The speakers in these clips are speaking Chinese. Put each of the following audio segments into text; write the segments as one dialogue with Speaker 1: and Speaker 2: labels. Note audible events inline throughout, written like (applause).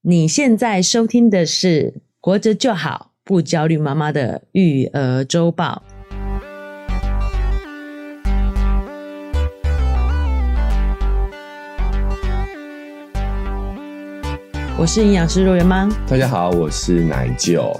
Speaker 1: 你现在收听的是《活着就好，不焦虑妈妈的育儿周报》。我是营养师若圆妈，
Speaker 2: 大家好，我是奶舅。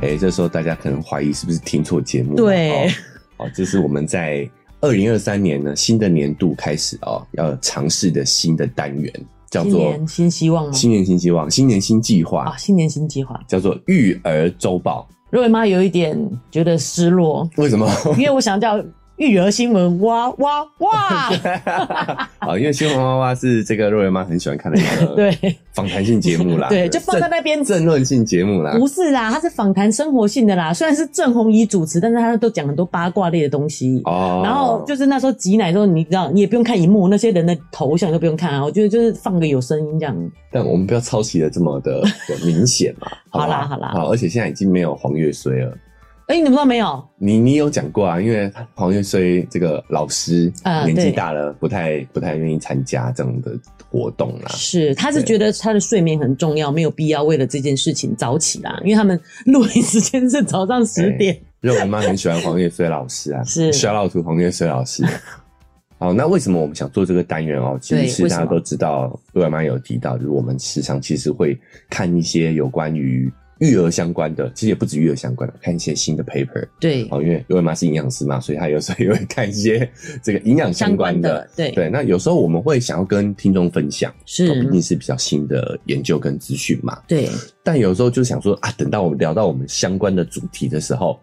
Speaker 2: 哎、这时候大家可能怀疑是不是听错节目了？
Speaker 1: 对
Speaker 2: 哦，哦，这是我们在二零二三年呢新的年度开始哦，要尝试的新的单元叫
Speaker 1: 新
Speaker 2: 做
Speaker 1: 年新希望吗？
Speaker 2: 新年新希望、新年新计划，
Speaker 1: 啊，新年新计划。
Speaker 2: 叫做育儿周报。
Speaker 1: 若圆妈有一点觉得失落，(laughs)
Speaker 2: 为什么？
Speaker 1: 因为我想叫育儿新闻，哇哇哇！
Speaker 2: 啊，因为新闻妈妈是这个若圆妈很喜欢看的一个
Speaker 1: (laughs) 对
Speaker 2: 访谈性节目啦，
Speaker 1: 对，就放在
Speaker 2: 政
Speaker 1: 那边
Speaker 2: 政论性节目啦，
Speaker 1: 不是啦，他是访谈生活性的啦。虽然是郑红怡主持，但是他都讲很多八卦类的东西。
Speaker 2: 哦，
Speaker 1: 然后就是那时候挤奶的时候，你知道，你也不用看荧幕，那些人的头像都不用看啊。我觉得就是放个有声音这样。
Speaker 2: 但我们不要抄袭的这
Speaker 1: (laughs)
Speaker 2: 么的的明显嘛，好不
Speaker 1: 好啦好啦
Speaker 2: 好，而且现在已经没有黄月虽了。
Speaker 1: 哎、你们知道没有？
Speaker 2: 你你有讲过啊？因为黄月虽这个老师
Speaker 1: 啊
Speaker 2: 年纪
Speaker 1: 对
Speaker 2: 大了，不太不太愿意参加这样的活动啦。
Speaker 1: 是，他是
Speaker 2: 对
Speaker 1: 觉得他的睡眠很重要，没有必要为了这件事情早起啦。因为他们录音时间是早上十点。
Speaker 2: 因为我妈很喜欢黄月虽老师啊，
Speaker 1: (laughs) 是
Speaker 2: 小老图黄月虽老师。 (laughs) 好，那为什么我们想做这个单元哦？其
Speaker 1: 对
Speaker 2: 实是
Speaker 1: 为什
Speaker 2: 大家
Speaker 1: 么
Speaker 2: 都知道，瑞尔妈有提到，就是我们时常其实会看一些有关于育儿相关的，其实也不止育儿相关的，看一些新的 paper。
Speaker 1: 对，
Speaker 2: 哦，因为瑞妈是营养师嘛，所以她有时候也会看一些这个营养相关的。
Speaker 1: 对
Speaker 2: 对，那有时候我们会想要跟听众分享，哦毕
Speaker 1: 是，
Speaker 2: 竟是比较新的研究跟资讯嘛。
Speaker 1: 对，
Speaker 2: 但有时候就想说啊，等到我们聊到我们相关的主题的时候，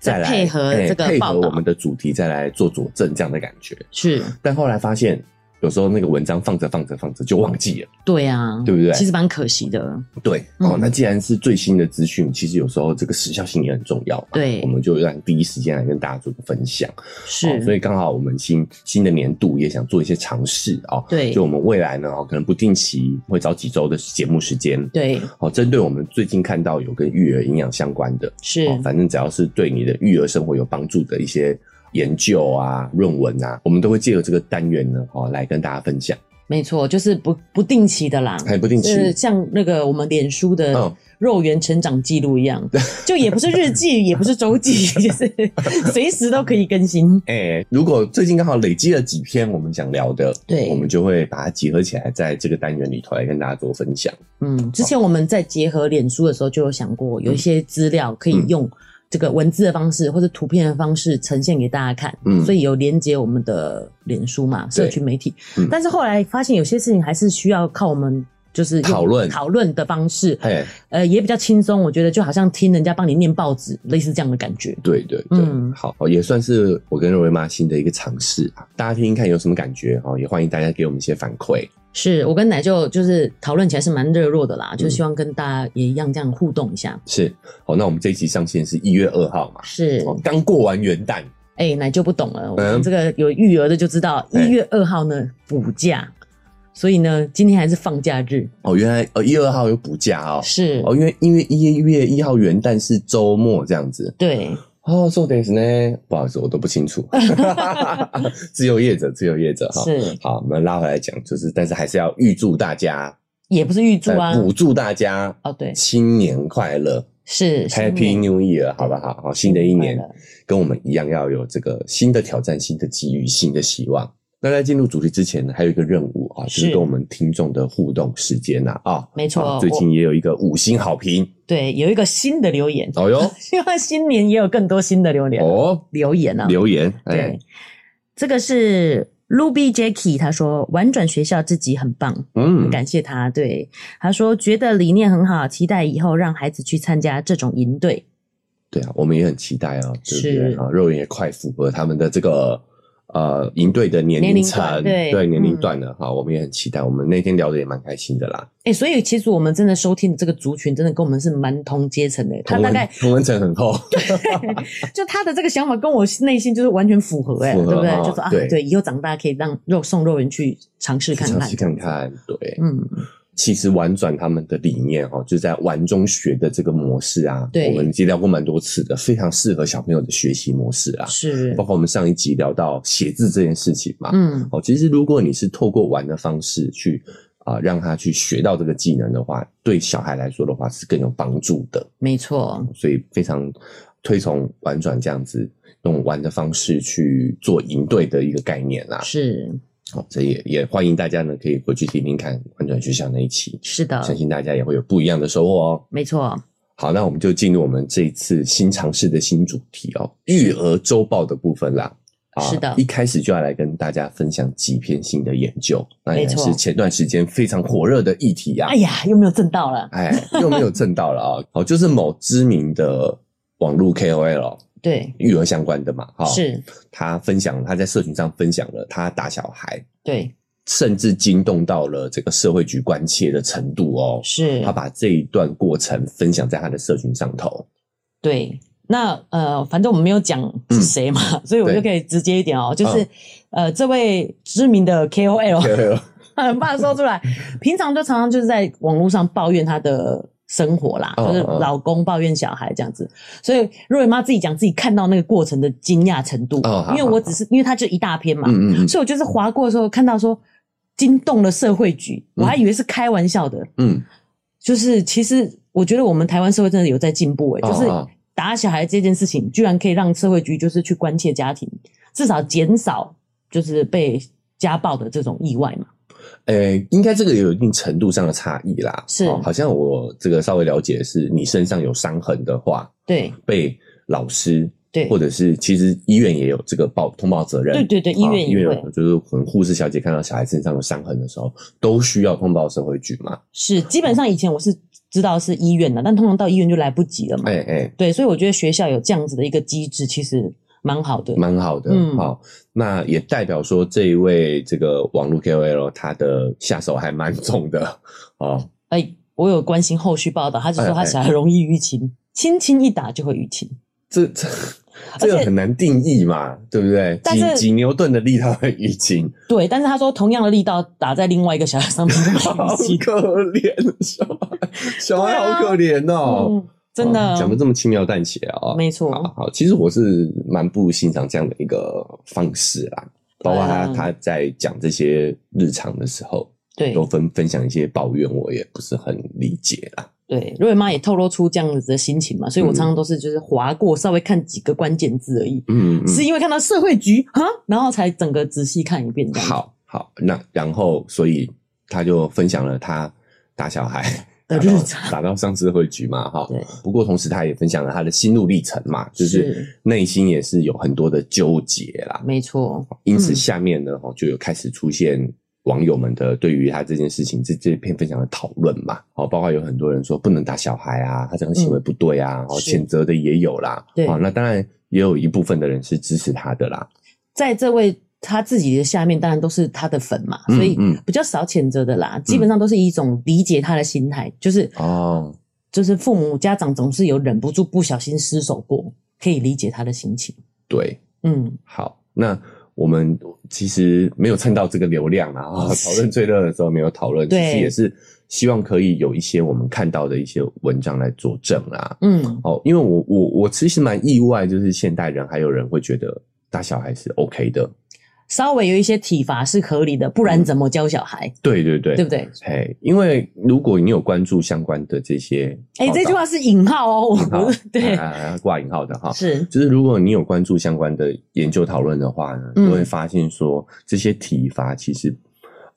Speaker 2: 再来
Speaker 1: 再配合
Speaker 2: 哎
Speaker 1: 这个
Speaker 2: 配
Speaker 1: 报
Speaker 2: 合
Speaker 1: 道
Speaker 2: 我们的主题再来做佐证这样的感觉。
Speaker 1: 是，
Speaker 2: 但后来发现，有时候那个文章放着放着放着就忘记了。
Speaker 1: 对啊，
Speaker 2: 对不对
Speaker 1: 其实蛮可惜的。
Speaker 2: 对，哦
Speaker 1: 嗯，
Speaker 2: 那既然是最新的资讯，其实有时候这个时效性也很重要嘛。
Speaker 1: 对
Speaker 2: 我们就让第一时间来跟大家做个分享。
Speaker 1: 是，
Speaker 2: 哦所以刚好我们新新的年度也想做一些尝试哦。
Speaker 1: 对
Speaker 2: 就我们未来呢，哦，可能不定期会找几周的节目时间，
Speaker 1: 对，
Speaker 2: 哦，针对我们最近看到有跟育儿营养相关的，
Speaker 1: 是，
Speaker 2: 哦，反正只要是对你的育儿生活有帮助的一些研究啊、论文啊，我们都会借由这个单元呢，哦，来跟大家分享，
Speaker 1: 没错，就是不不定期的啦，
Speaker 2: 还不哎定期。
Speaker 1: 是像那个我们脸书的
Speaker 2: 嗯
Speaker 1: 肉圆成长记录一样， (laughs) 就也不是日记，也不是周记，就是 (laughs) 随时都可以更新。
Speaker 2: 哎、如果最近刚好累积了几篇我们想聊的，
Speaker 1: 对
Speaker 2: 我们就会把它集合起来，在这个单元里头来跟大家做分享。
Speaker 1: 嗯，之前我们在结合脸书的时候就有想过，有一些资料可
Speaker 2: 嗯
Speaker 1: 以用这个文字的方式或者图片的方式呈现给大家看，
Speaker 2: 嗯
Speaker 1: 所以有连接我们的脸书嘛，社
Speaker 2: 对
Speaker 1: 群媒体
Speaker 2: 嗯。
Speaker 1: 但是后来发现有些事情还是需要靠我们。就是用
Speaker 2: 讨论
Speaker 1: 讨论的方式，
Speaker 2: 哎、
Speaker 1: 呃，也比较轻松，我觉得就好像听人家帮你念报纸，类似这样的感觉。
Speaker 2: 对对对，
Speaker 1: 嗯
Speaker 2: 好，哦也算是我跟瑞瑞妈新的一个尝试啊，大家听听看有什么感觉哦，也欢迎大家给我们一些反馈。
Speaker 1: 是我跟奶舅就是讨论起来是蛮热络的啦，
Speaker 2: 嗯
Speaker 1: 就希望跟大家也一样这样互动一下。
Speaker 2: 是，好，那我们这一期上线是一月二号嘛，
Speaker 1: 是，
Speaker 2: 哦刚过完元旦，
Speaker 1: 哎、奶舅不懂了，我
Speaker 2: 嗯
Speaker 1: 们这个有育儿的就知道，一
Speaker 2: 哎
Speaker 1: 月二号呢补假，所以呢今天还是放假日。
Speaker 2: 哦，原来哦一二号有补假哦，
Speaker 1: 是，
Speaker 2: 哦，因为因为一月一号元旦是周末这样子。
Speaker 1: 对，
Speaker 2: 哦，そうですね，不好意思，我都不
Speaker 1: (laughs)
Speaker 2: 清楚。自由业者，自由业者哈。
Speaker 1: 是
Speaker 2: 好，我们拉回来讲，就是，但是还是要预祝大家，
Speaker 1: 也不是预祝啊
Speaker 2: 呃。补祝大家
Speaker 1: 哦，对，
Speaker 2: 新年快乐
Speaker 1: 是
Speaker 2: ，Happy New Year，好不好？好，新的一年
Speaker 1: 新年快乐
Speaker 2: 跟我们一样要有这个新的挑战、新的机遇、新的希望。那在进入主题之前呢，还有一个任务啊，就是是跟我们听众的互动时间呐啊，
Speaker 1: 没错
Speaker 2: 啊最近也有一个五星好评，
Speaker 1: 对，有一个新的留言， (laughs)
Speaker 2: 哦哟，
Speaker 1: 希望新年也有更多新的留言、
Speaker 2: 哦，
Speaker 1: 留言啊。
Speaker 2: 留言，哎
Speaker 1: 对，，这个是 Ruby Jackie，他说玩转学校自己很棒，
Speaker 2: 嗯，
Speaker 1: 感谢他。对，他说觉得理念很好，期待以后让孩子去参加这种营队。
Speaker 2: 对啊，我们也很期待啊，对不对
Speaker 1: 是
Speaker 2: 啊？肉眼也快符合他们的这个呃营队的年
Speaker 1: 年龄
Speaker 2: 层，
Speaker 1: 段对
Speaker 2: 年龄
Speaker 1: 嗯
Speaker 2: 段了啊哈，我们也很期待。我们那天聊的也蛮开心的啦，
Speaker 1: 哎、所以其实我们真的收听的这个族群，真的跟我们是蛮同阶层的。他
Speaker 2: 同
Speaker 1: 大
Speaker 2: 温
Speaker 1: 概
Speaker 2: 同温层很厚，
Speaker 1: 就他的这个想法跟我内心就是完全符合、诶哎，
Speaker 2: 符
Speaker 1: 对
Speaker 2: 合
Speaker 1: 不对？
Speaker 2: 哦
Speaker 1: 就说啊，
Speaker 2: 对
Speaker 1: 对，以后长大可以让肉送肉人去尝试看
Speaker 2: (laughs) 尝
Speaker 1: 看
Speaker 2: 试。看看，对。
Speaker 1: 嗯，
Speaker 2: 其实玩转他们的理念哦，就在玩中学的这个模式啊，
Speaker 1: 对
Speaker 2: 我们已经聊过蛮多次的，非常适合小朋友的学习模式啊。
Speaker 1: 是
Speaker 2: 包，括我们上一集聊到写字这件事情嘛，
Speaker 1: 嗯，
Speaker 2: 哦，其实如果你是透过玩的方式去啊，让他去学到这个技能的话，对小孩来说的话是更有帮助的。
Speaker 1: 没错，
Speaker 2: 所以非常推崇玩转这样子用玩的方式去做营队的一个概念啦。
Speaker 1: 是
Speaker 2: 好、这也也欢迎大家呢可以回去听听看玩转学校那一期，
Speaker 1: 是的，
Speaker 2: 相信大家也会有不一样的收获哦。
Speaker 1: 没错，
Speaker 2: 好，那我们就进入我们这一次新尝试的新主题哦，育儿周报的部分啦。啊
Speaker 1: 是的
Speaker 2: 一开始就要来跟大家分享几篇新的研究，那
Speaker 1: 没
Speaker 2: 也
Speaker 1: 错
Speaker 2: 是前段时间非常火热的议题呀、
Speaker 1: 哎呀，又没有挣到了。
Speaker 2: 哎，又没有挣到了啊、 (laughs) 好，就是某知名的网络 KOL
Speaker 1: 对，
Speaker 2: 育儿相关的嘛，哈、
Speaker 1: 是，
Speaker 2: 他分享他在社群上分享了他打小孩，
Speaker 1: 对，
Speaker 2: 甚至惊动到了这个社会局关切的程度哦。
Speaker 1: 是
Speaker 2: 他，把这一段过程分享在他的社群上头，
Speaker 1: 对。那呃，反正我们没有讲
Speaker 2: 嗯
Speaker 1: 是谁嘛， (laughs) 所以我就可以直接一点哦，就是、呃，这位知名的 KOL (laughs) 很怕说出来，平常就常常就是在网络上抱怨她的生活啦，
Speaker 2: 嗯
Speaker 1: 就是
Speaker 2: 嗯
Speaker 1: 老公抱怨小孩这样子。所以若雨妈自己讲自己看到那个过程的惊讶程度，
Speaker 2: 哦好
Speaker 1: 因为我只是因为它就一大篇嘛，
Speaker 2: (laughs) 嗯嗯嗯
Speaker 1: 所以我就是划过的时候看到说惊动了社会局，我还以为是开玩笑的，
Speaker 2: 嗯，
Speaker 1: 就是其实我觉得我们台湾社会真的有在进步诶、欸
Speaker 2: 哦
Speaker 1: 就是
Speaker 2: 哦
Speaker 1: 打小孩这件事情，居然可以让社会局就是去关切家庭，至少减少就是被家暴的这种意外嘛。
Speaker 2: 诶、呃应该这个有一定程度上的差异啦。
Speaker 1: 是
Speaker 2: 哦好像我这个稍微了解的是，你身上有伤痕的话，
Speaker 1: 对
Speaker 2: 被老师
Speaker 1: 对
Speaker 2: 或者是其实医院也有这个报通报责任，
Speaker 1: 对对对，医
Speaker 2: 啊
Speaker 1: 院也会、
Speaker 2: 有就是可能护士小姐看到小孩身上有伤痕的时候，都需要通报社会局嘛。
Speaker 1: 是基本上以前我是知道是医院的，但通常到医院就来不及了嘛。
Speaker 2: 哎、哎，
Speaker 1: 对，所以我觉得学校有这样子的一个机制，其实蛮好的。
Speaker 2: 蛮、好的。好、
Speaker 1: 嗯
Speaker 2: 那也代表说这一位这个网络 KOL 他的下手还蛮重的哦。
Speaker 1: 哎、我有关心后续报道，他
Speaker 2: 哎
Speaker 1: 就说他小孩容易淤青，轻轻一打就会淤青。
Speaker 2: 这这
Speaker 1: 而且
Speaker 2: 这个很难定义嘛，对不对？
Speaker 1: 但
Speaker 2: 几
Speaker 1: 是
Speaker 2: 几牛顿的力他会
Speaker 1: (laughs)
Speaker 2: 淤青，
Speaker 1: 对，但是他说同样的力道打在另外一个小孩上面就会
Speaker 2: 好
Speaker 1: 淤青。
Speaker 2: 可怜，啊小孩小孩
Speaker 1: 对啊
Speaker 2: 好可怜哦。
Speaker 1: 嗯，真的、
Speaker 2: 哦讲的这么轻描淡写哦，
Speaker 1: 没错
Speaker 2: 好好，其实我是蛮不欣赏这样的一个方式啦，包括他、
Speaker 1: 嗯
Speaker 2: 他在讲这些日常的时候，
Speaker 1: 对
Speaker 2: 都分分享一些抱怨，我也不是很理解啦。
Speaker 1: 对，瑞妈也透露出这样子的心情嘛，所以我
Speaker 2: 嗯
Speaker 1: 常常都是就是划过，稍微看几个关键字而已。
Speaker 2: 嗯，嗯
Speaker 1: 是因为看到社会局啊，然后才整个仔细看一遍这样子
Speaker 2: 好好，那然后所以他就分享了他打小孩。
Speaker 1: 的
Speaker 2: 打
Speaker 1: 日
Speaker 2: 到
Speaker 1: 常
Speaker 2: 打到上次会局嘛，哈
Speaker 1: 对。
Speaker 2: 不过同时他也分享了他的心路历程嘛，就是
Speaker 1: 是
Speaker 2: 内心也是有很多的纠结啦。
Speaker 1: 没错，
Speaker 2: 因
Speaker 1: 嗯
Speaker 2: 此，下面呢，哦，就有开始出现网友们的对于他这件事情这这篇分享的讨论嘛，哦，包括有很多人说不能打小孩啊，他这个行为不对啊，哦，
Speaker 1: 嗯是
Speaker 2: 谴责的也有啦，
Speaker 1: 对
Speaker 2: 哦，那当然也有一部分的人是支持他的啦，
Speaker 1: 在这位他自己的下面，当然都是他的粉嘛，
Speaker 2: 嗯
Speaker 1: 所以
Speaker 2: 嗯
Speaker 1: 比较少谴责的啦，基本上都是一种理解他的心
Speaker 2: 嗯
Speaker 1: 态，就是
Speaker 2: 哦，
Speaker 1: 就是父母家长总是有忍不住不小心失手过，可以理解他的心情。
Speaker 2: 对，
Speaker 1: 嗯，
Speaker 2: 好，那我们其实没有蹭到这个流量啊，啊、 (laughs) 讨论最热的时候没有讨论，其
Speaker 1: 哦对
Speaker 2: 实也是希望可以有一些我们看到的一些文章来佐证啦，
Speaker 1: 嗯，
Speaker 2: 哦，因为我我我其实蛮意外，就是现代人还有人会觉得打小孩是 OK 的，
Speaker 1: 稍微有一些体罚是合理的，不然怎么教小孩，
Speaker 2: 对对对，
Speaker 1: 对不对？
Speaker 2: 哎，因为如果你有关注相关的这些报
Speaker 1: 哎、
Speaker 2: 道，
Speaker 1: 这句话是引号哦，我
Speaker 2: 引号
Speaker 1: 不是对，
Speaker 2: 啊啊啊挂引号的哈，
Speaker 1: 是
Speaker 2: 就是如果你有关注相关的研究讨论的话呢，
Speaker 1: 嗯
Speaker 2: 就会发现说这些体罚其实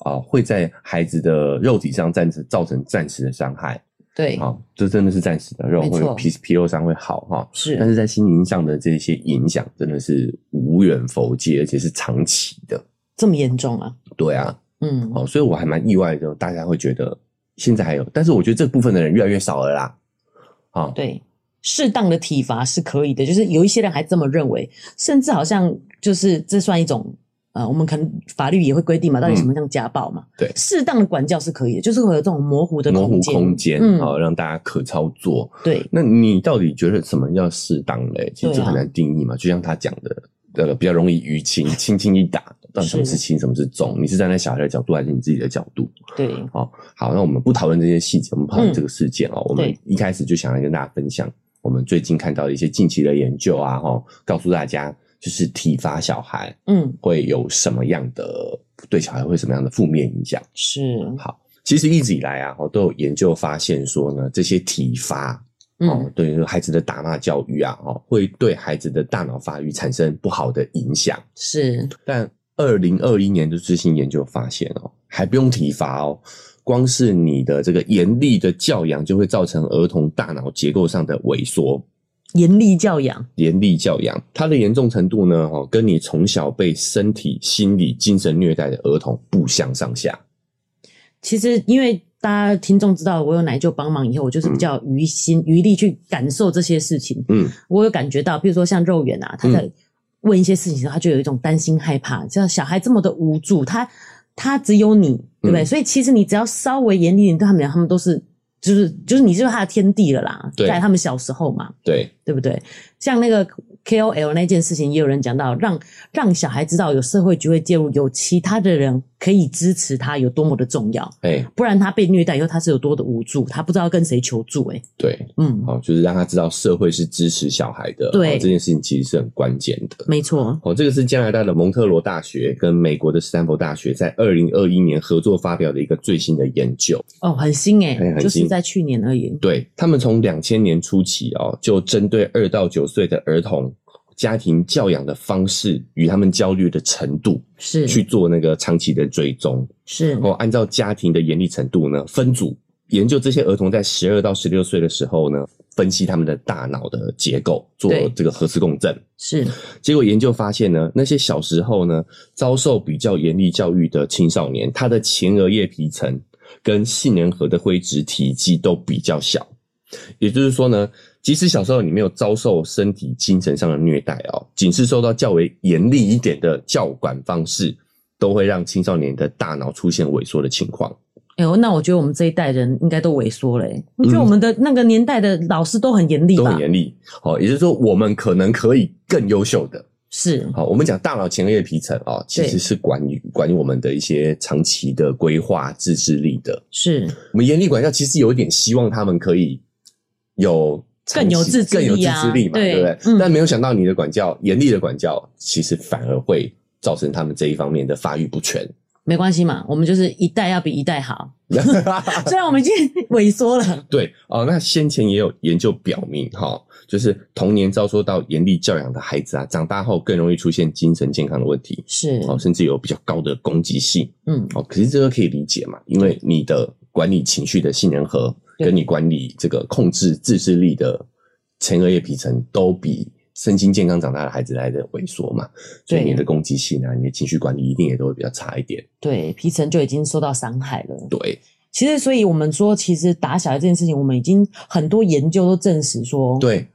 Speaker 2: 啊、会在孩子的肉体上暂时造成暂时的伤害，
Speaker 1: 对，
Speaker 2: 啊、这真的是暂时的，肉
Speaker 1: 没错
Speaker 2: 会皮皮肉伤会好哈，但
Speaker 1: 是
Speaker 2: 是在心灵上的这些影响真的是无远佛界，而且是长期的。
Speaker 1: 这么严重啊？
Speaker 2: 对啊，
Speaker 1: 嗯，
Speaker 2: 哦，所以我还蛮意外的，大家会觉得现在还有，但是我觉得这部分的人越来越少了啦。啊、
Speaker 1: 对，适当的体罚是可以的，就是有一些人还这么认为，甚至好像就是这算一种呃，我们可能法律也会规定嘛，到底什么叫家暴嘛？
Speaker 2: 嗯对
Speaker 1: 适当的管教是可以的，就是会有这种模糊的
Speaker 2: 模糊
Speaker 1: 间。
Speaker 2: 空间
Speaker 1: 嗯
Speaker 2: 啊、哦让大家可操作。
Speaker 1: 对，
Speaker 2: 那你到底觉得什么叫适当嘞？其实
Speaker 1: 对
Speaker 2: 这
Speaker 1: 啊
Speaker 2: 很难定义嘛。就像他讲的，呃，比较容易淤青，轻轻一打，到底什么
Speaker 1: 是
Speaker 2: 是轻，什么是重？你是站在小孩的角度，还是你自己的角度？
Speaker 1: 对，
Speaker 2: 哦，好，那我们不讨论这些细节，我们讨论这个事件哦。我们
Speaker 1: 对
Speaker 2: 一开始就想来跟大家分享我们最近看到的一些近期的研究啊，哈、告诉大家就是体罚小孩
Speaker 1: 嗯，
Speaker 2: 会有什么样的对小孩会有什么样的负面影响。
Speaker 1: 是，
Speaker 2: 其实一直以来啊，哦，都有研究发现说呢，这些体罚哦，
Speaker 1: 嗯
Speaker 2: 对于孩子的打骂教育啊，哦，会对孩子的大脑发育产生不好的影响。
Speaker 1: 是
Speaker 2: 但二零二一年的最新研究发现哦，还不用体罚哦，光是你的这个严厉的教养，就会造成儿童大脑结构上的萎缩。
Speaker 1: 严厉教养，
Speaker 2: 严厉教养，它的严重程度呢，哦，跟你从小被身体、心理、精神虐待的儿童不相上下。
Speaker 1: 其实因为。大家听众知道我有奶就帮忙以后，我就是比较于心于力去感受这些事情。
Speaker 2: 嗯，
Speaker 1: 我有感觉到，比如说像肉圆啊，他在问一些事情的时候，他就有一种担心害怕，像小孩这么的无助，他他只有你，对不
Speaker 2: 嗯
Speaker 1: 对？所以其实你只要稍微严厉一点对他们讲，他们都是就是就是你就是他的天地了啦，
Speaker 2: 对
Speaker 1: 在他们小时候嘛，
Speaker 2: 对，
Speaker 1: 对不对？像那个 KOL 那件事情，也有人讲到，让让小孩知道有社会局会介入，有其他的人可以支持他，有多么的重要。
Speaker 2: 哎、
Speaker 1: 不然他被虐待以后，他是有多的无助，他不知道跟谁求助、欸。
Speaker 2: 对，
Speaker 1: 嗯，
Speaker 2: 哦，就是让他知道社会是支持小孩的，
Speaker 1: 对
Speaker 2: 哦这件事情其实是很关键的。
Speaker 1: 没错，
Speaker 2: 哦，这个是加拿大的蒙特罗大学跟美国的斯坦福大学在二零二一年合作发表的一个最新的研究。
Speaker 1: 哦，很新哎、
Speaker 2: 哎很
Speaker 1: 就是
Speaker 2: 新
Speaker 1: 在去年而已。
Speaker 2: 对他们从两千年初期哦，就针对二到九岁的儿童家庭教养的方式与他们焦虑的程度
Speaker 1: 是
Speaker 2: 去做那个长期的追踪。
Speaker 1: 是
Speaker 2: 哦，按照家庭的严厉程度呢，分组研究这些儿童在十二到十六岁的时候呢，分析他们的大脑的结构，做
Speaker 1: 对
Speaker 2: 这个核磁共振。
Speaker 1: 是
Speaker 2: 结果研究发现呢，那些小时候呢遭受比较严厉教育的青少年，他的前额叶皮层跟杏仁核的灰质体积都比较小。也就是说呢，即使小时候你没有遭受身体、精神上的虐待哦，仅是受到较为严厉一点的教管方式，都会让青少年的大脑出现萎缩的情况。
Speaker 1: 哎呦，那我觉得我们这一代人应该都萎缩了、欸。我觉得我们的那个年代的老师都很严厉
Speaker 2: 都
Speaker 1: 吧
Speaker 2: 很？严厉，好、也就是说，我们可能可以更优秀的，
Speaker 1: 是
Speaker 2: 好，我们讲大脑前额叶皮层啊、哦，其
Speaker 1: 对
Speaker 2: 实是管于管于我们的一些长期的规划、自制力的。
Speaker 1: 是，
Speaker 2: 我们严厉管教，其实有一点希望他们可以有长
Speaker 1: 更有
Speaker 2: 期
Speaker 1: 自制
Speaker 2: 更有
Speaker 1: 力
Speaker 2: 自
Speaker 1: 啊
Speaker 2: 制力嘛，
Speaker 1: 对
Speaker 2: 对不对？
Speaker 1: 嗯
Speaker 2: 但没有想到你的管教严厉的管教，其实反而会造成他们这一方面的发育不全。
Speaker 1: 没关系嘛，我们就是一代要比一代好。 (laughs) 虽然我们已经萎缩了，
Speaker 2: 对哦，那先前也有研究表明，哈、就是童年遭受到严厉教养的孩子啊，长大后更容易出现精神健康的问题，
Speaker 1: 是
Speaker 2: 哦，甚至有比较高的攻击性。
Speaker 1: 嗯，
Speaker 2: 哦，可是这个可以理解嘛，因为你的管理情绪的杏仁核，
Speaker 1: 对
Speaker 2: 跟你管理这个控制自制力的前额叶皮层，都比身心健康长大的孩子来的萎缩嘛，所以
Speaker 1: 对
Speaker 2: 你的攻击性啊，你的情绪管理一定也都会比较差一点。
Speaker 1: 对，皮层就已经受到伤害了。
Speaker 2: 对
Speaker 1: 其实，所以我们说，其实打小孩这件事情，我们已经很多研究都证实说，，
Speaker 2: 对，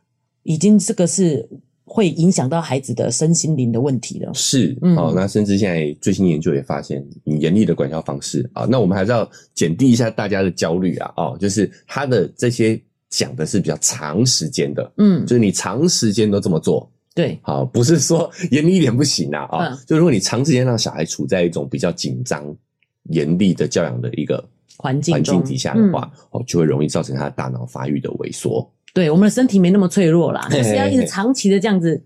Speaker 1: 已经这个是会影响到孩子的身心灵的问题了。
Speaker 2: 是
Speaker 1: 嗯
Speaker 2: 哦。那甚至现在最新研究也发现，你严厉的管教方式啊、那我们还是要减低一下大家的焦虑啊，哦，就是他的这些讲的是比较长时间的，
Speaker 1: 嗯
Speaker 2: 就，是你长时间都这么做，
Speaker 1: 对，
Speaker 2: 好，不是说严厉一点不行啊，啊、
Speaker 1: 嗯
Speaker 2: 就如果你长时间让小孩处在一种比较紧张、严厉的教养的一个
Speaker 1: 环境
Speaker 2: 环境
Speaker 1: 中嗯
Speaker 2: 底下的话，哦，就会容易造成他的大脑发育的萎缩。
Speaker 1: 对，我们的身体没那么脆弱啦，
Speaker 2: 嘿
Speaker 1: 就是要一直长期的这样子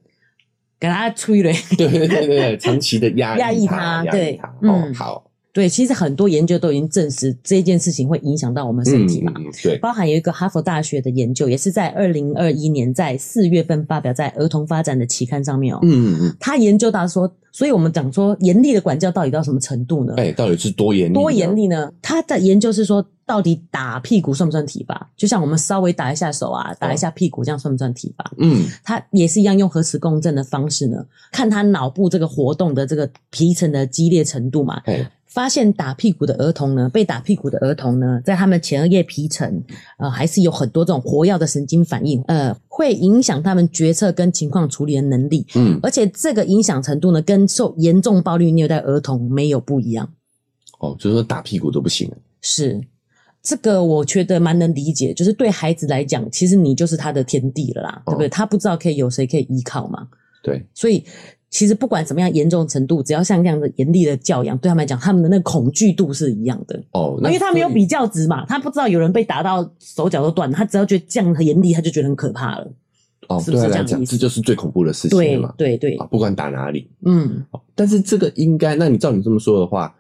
Speaker 1: 给它催泪。
Speaker 2: 对对对对，长期的压
Speaker 1: 压抑
Speaker 2: 抑
Speaker 1: 他
Speaker 2: 他，压
Speaker 1: 对
Speaker 2: 抑他。哦
Speaker 1: 嗯，
Speaker 2: 好，
Speaker 1: (laughs) 对，其实很多研究都已经证实这件事情会影响到我们身体嘛。
Speaker 2: 嗯，对，
Speaker 1: 包含有一个哈佛大学的研究，也是在二零二一年在四月份发表在《儿童发展》的期刊上面哦。
Speaker 2: 嗯嗯，
Speaker 1: 他研究到说，所以我们讲说严厉的管教到底到什么程度呢？
Speaker 2: 哎、到底是多严厉？
Speaker 1: 多严？厉呢？他的研究是说，到底打屁股算不算体罚？就像我们稍微打一下手啊，打一下屁股，这样算不算体罚？
Speaker 2: 嗯，
Speaker 1: 他也是一样用核磁共振的方式呢，看他脑部这个活动的这个皮层的激烈程度嘛。
Speaker 2: 哎、
Speaker 1: 发现打屁股的儿童呢，被打屁股的儿童呢，在他们前额叶皮层，呃，还是有很多这种活跃的神经反应，呃，会影响他们决策跟情况处理的能力，
Speaker 2: 嗯，
Speaker 1: 而且这个影响程度呢，跟受严重暴力虐待儿童没有不一样。
Speaker 2: 哦，就是说打屁股都不行了。
Speaker 1: 是，这个我觉得蛮能理解，就是对孩子来讲，其实你就是他的天地了啦，
Speaker 2: 哦
Speaker 1: 对不对？他不知道可以有谁可以依靠嘛，
Speaker 2: 对，
Speaker 1: 所以其实不管怎么样严重程度，只要像这样的严厉的教养，对他们来讲，他们的那个恐惧度是一样的，
Speaker 2: 哦，
Speaker 1: 因
Speaker 2: 那
Speaker 1: 为他没有比较值嘛，他不知道有人被打到手脚都断，他只要觉得这样很严厉，他就觉得很可怕了。
Speaker 2: 哦，
Speaker 1: 是不是
Speaker 2: 对他
Speaker 1: 这
Speaker 2: 来
Speaker 1: 样的
Speaker 2: 讲，
Speaker 1: 意思
Speaker 2: 这就是最恐怖的事情
Speaker 1: 对
Speaker 2: 了嘛。
Speaker 1: 对对
Speaker 2: 啊，，不管打哪里，
Speaker 1: 嗯，
Speaker 2: 但是这个应该，那你照你这么说的话，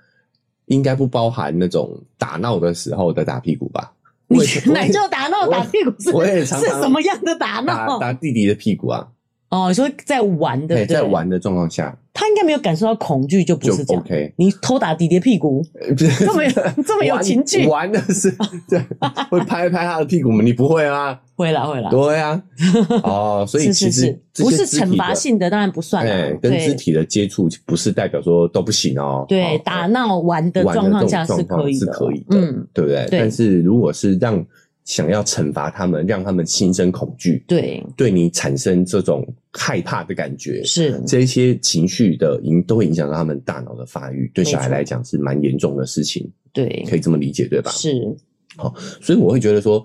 Speaker 2: 应该不包含那种打闹的时候的打屁股吧？
Speaker 1: 你
Speaker 2: 我也
Speaker 1: (laughs)
Speaker 2: 我
Speaker 1: 奶
Speaker 2: 也
Speaker 1: 就打闹打屁股是
Speaker 2: 我也常
Speaker 1: 是
Speaker 2: 常
Speaker 1: 什么样的打
Speaker 2: 打
Speaker 1: 闹？
Speaker 2: 打弟弟的屁股啊，
Speaker 1: 哦，你说在玩对
Speaker 2: 对，
Speaker 1: 不对？
Speaker 2: 在。玩的状况下
Speaker 1: 他应该没有感受到恐惧，就不
Speaker 2: 就是
Speaker 1: 这样。
Speaker 2: OK，
Speaker 1: 你偷打弟弟的屁股，
Speaker 2: 呃不是
Speaker 1: 这么有
Speaker 2: (laughs)
Speaker 1: 这么有情趣，
Speaker 2: 玩玩的
Speaker 1: (laughs)
Speaker 2: 是对，会拍拍他的屁股吗？你不会啊？
Speaker 1: 会啦会啦。
Speaker 2: 对啊，哦，所以
Speaker 1: 是
Speaker 2: 其
Speaker 1: 是
Speaker 2: 实
Speaker 1: 是，
Speaker 2: 这
Speaker 1: 不
Speaker 2: 些
Speaker 1: 是
Speaker 2: 肢体
Speaker 1: 惩
Speaker 2: 的
Speaker 1: 罚性的，当然不算
Speaker 2: 哎
Speaker 1: 啦，。
Speaker 2: 跟肢
Speaker 1: 对
Speaker 2: 体的接触不是代表说都不行哦。
Speaker 1: 对
Speaker 2: 哦，
Speaker 1: 打闹玩的
Speaker 2: 玩的
Speaker 1: 状况
Speaker 2: 这种
Speaker 1: 下
Speaker 2: 状
Speaker 1: 是
Speaker 2: 况
Speaker 1: 可以
Speaker 2: 是
Speaker 1: 的，
Speaker 2: 可以的
Speaker 1: 嗯，
Speaker 2: 对不对？
Speaker 1: 对
Speaker 2: 但是如果是让想要惩罚他们，让他们心生恐惧，
Speaker 1: 对，
Speaker 2: 对你产生这种害怕的感觉，
Speaker 1: 是
Speaker 2: 这些情绪的影都会影响到他们大脑的发育，对小孩
Speaker 1: 没错
Speaker 2: 来讲是蛮严重的事情，
Speaker 1: 对，
Speaker 2: 可以这么理解对吧？
Speaker 1: 是
Speaker 2: 所以我会觉得说，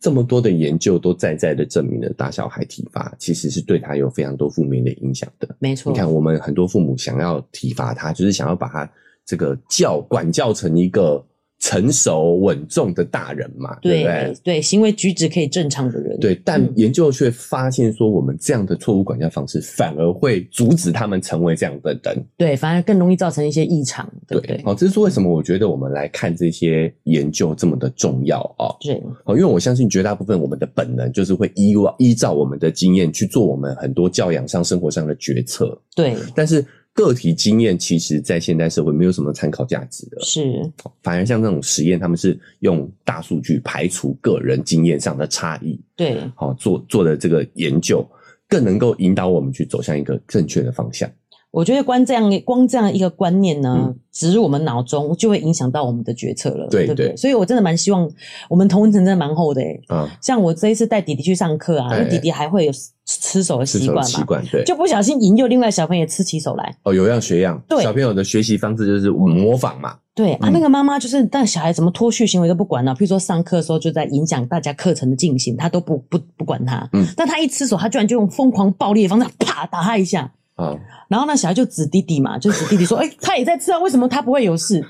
Speaker 2: 这么多的研究都在在的证明了打小孩体罚其实是对他有非常多负面的影响的。
Speaker 1: 没错
Speaker 2: 你。看，我们很多父母想要体罚他，就是想要把他这个教管教成一个成熟稳重的大人嘛，对不
Speaker 1: 对
Speaker 2: 对？
Speaker 1: 对，行为举止可以正常的人，
Speaker 2: 对，但
Speaker 1: 嗯
Speaker 2: 研究却发现说，我们这样的错误管教方式反而会阻止他们成为这样的人。
Speaker 1: 对，反而更容易造成一些异常，对不对？
Speaker 2: 哦，这是为什么？我觉得我们来看这些研究这么的重要哦。
Speaker 1: 对，
Speaker 2: 哦，因为我相信绝大部分我们的本能就是会依依照我们的经验去做我们很多教养上、生活上的决策，
Speaker 1: 对，
Speaker 2: 但是个体经验其实在现代社会没有什么参考价值的，
Speaker 1: 是，
Speaker 2: 反而像那种实验，他们是用大数据排除个人经验上的差异，
Speaker 1: 对，
Speaker 2: 好、做做的这个研究。更能够引导我们去走向一个正确的方向。
Speaker 1: 我觉得光这样光这样一个观念呢
Speaker 2: 嗯，
Speaker 1: 植入我们脑中，就会影响到我们的决策了，
Speaker 2: 对
Speaker 1: 对不
Speaker 2: 对
Speaker 1: 对？所以我真的蛮希望我们同温层真的蛮厚的诶。
Speaker 2: 啊，
Speaker 1: 像我这一次带弟弟去上课啊，
Speaker 2: 哎
Speaker 1: 因为弟弟还会有吃吃手的
Speaker 2: 是
Speaker 1: 习
Speaker 2: 手的
Speaker 1: 惯
Speaker 2: 习
Speaker 1: 嘛，
Speaker 2: 惯，对，
Speaker 1: 就不小心引诱另外小朋友也吃起手来。
Speaker 2: 哦，有样学样。
Speaker 1: 对
Speaker 2: 小朋友的学习方式就是模仿嘛，
Speaker 1: 对啊，
Speaker 2: 嗯
Speaker 1: 那个妈妈就是，但小孩怎么脱序行为都不管了、譬如说上课的时候就在影响大家课程的进行，他都不不不管他。
Speaker 2: 嗯
Speaker 1: 但他一吃手，他居然就用疯狂暴力的方式啪打他一下，
Speaker 2: 啊，
Speaker 1: 然后那小孩就指弟弟嘛， (laughs) 就指弟弟说：“哎、他也在吃啊，为什么他不会有事？”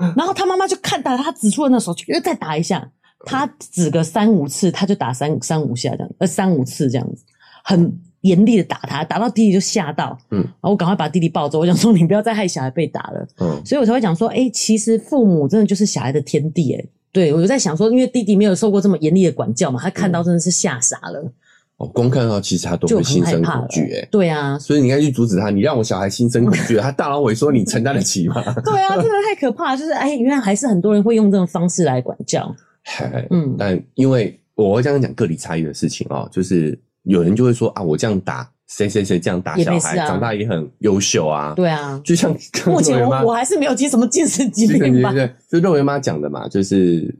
Speaker 2: 嗯
Speaker 1: 然后他妈妈就看到他指出的那手，就又再打一下，他指个三五次，他就打三三五下这样，呃，三五次这样子，很严厉的打他，打到弟弟就吓到，
Speaker 2: 嗯
Speaker 1: 嗯，然后我赶快把弟弟抱走，我想说你不要再害小孩被打了。
Speaker 2: 嗯，
Speaker 1: 所以我才会讲说，哎、其实父母真的就是小孩的天地、诶哎，对我就在想说，因为弟弟没有受过这么严厉的管教嘛，他看
Speaker 2: 嗯
Speaker 1: 到真的是吓傻了，
Speaker 2: 哦，光看到其实他都
Speaker 1: 就
Speaker 2: 会
Speaker 1: 很
Speaker 2: 心
Speaker 1: 害
Speaker 2: 生
Speaker 1: 怕
Speaker 2: 恐
Speaker 1: 了。
Speaker 2: 惧、欸，
Speaker 1: 对啊，
Speaker 2: 所以你应该去阻止他。你让我小孩心生恐
Speaker 1: (laughs)
Speaker 2: 惧，他大脑萎缩，你承担得起吗？
Speaker 1: 对啊，真的太可怕了。就是哎、原来还是很多人会用这种方式来管教。
Speaker 2: 嗨
Speaker 1: 嗯，
Speaker 2: 但因为我会这样讲个体差异的事情哦，就是有人就会说啊，我这样打谁谁谁这样打
Speaker 1: 也
Speaker 2: 小
Speaker 1: 没
Speaker 2: 孩，
Speaker 1: 事啊
Speaker 2: 长大也很优秀啊。，
Speaker 1: 对啊，
Speaker 2: 就像刚
Speaker 1: (laughs)
Speaker 2: 刚
Speaker 1: 目前
Speaker 2: 肉圆妈
Speaker 1: 我我还是没有接什么精神疾
Speaker 2: 就
Speaker 1: 病吧
Speaker 2: 感觉？对，就肉圆妈讲的嘛，就是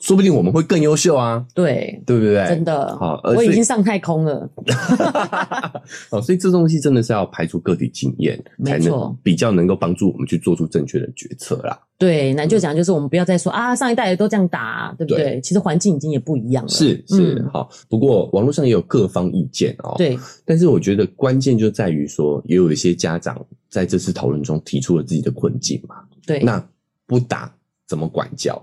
Speaker 2: 说不定我们会更优秀啊，
Speaker 1: (laughs) 对，
Speaker 2: 对不对？
Speaker 1: 真的，
Speaker 2: 好，呃
Speaker 1: 我已
Speaker 2: 所以
Speaker 1: 经上太空了。
Speaker 2: 哦，所以这东西真的是要排除个体经验，
Speaker 1: 没
Speaker 2: 才能
Speaker 1: 错
Speaker 2: 比较能够帮助我们去做出正确的决策啦。
Speaker 1: 对，那就讲就是我们不要再说啊，上一代都这样打、对不对？
Speaker 2: 对
Speaker 1: 其实环境已经也不一样了。
Speaker 2: 是是、
Speaker 1: 嗯
Speaker 2: 好，不过网络上也有各方意见哦。，
Speaker 1: 对，
Speaker 2: 但是我觉得关键就在于说，也有一些家长在这次讨论中提出了自己的困境嘛。
Speaker 1: 对，
Speaker 2: 那不打怎么管教？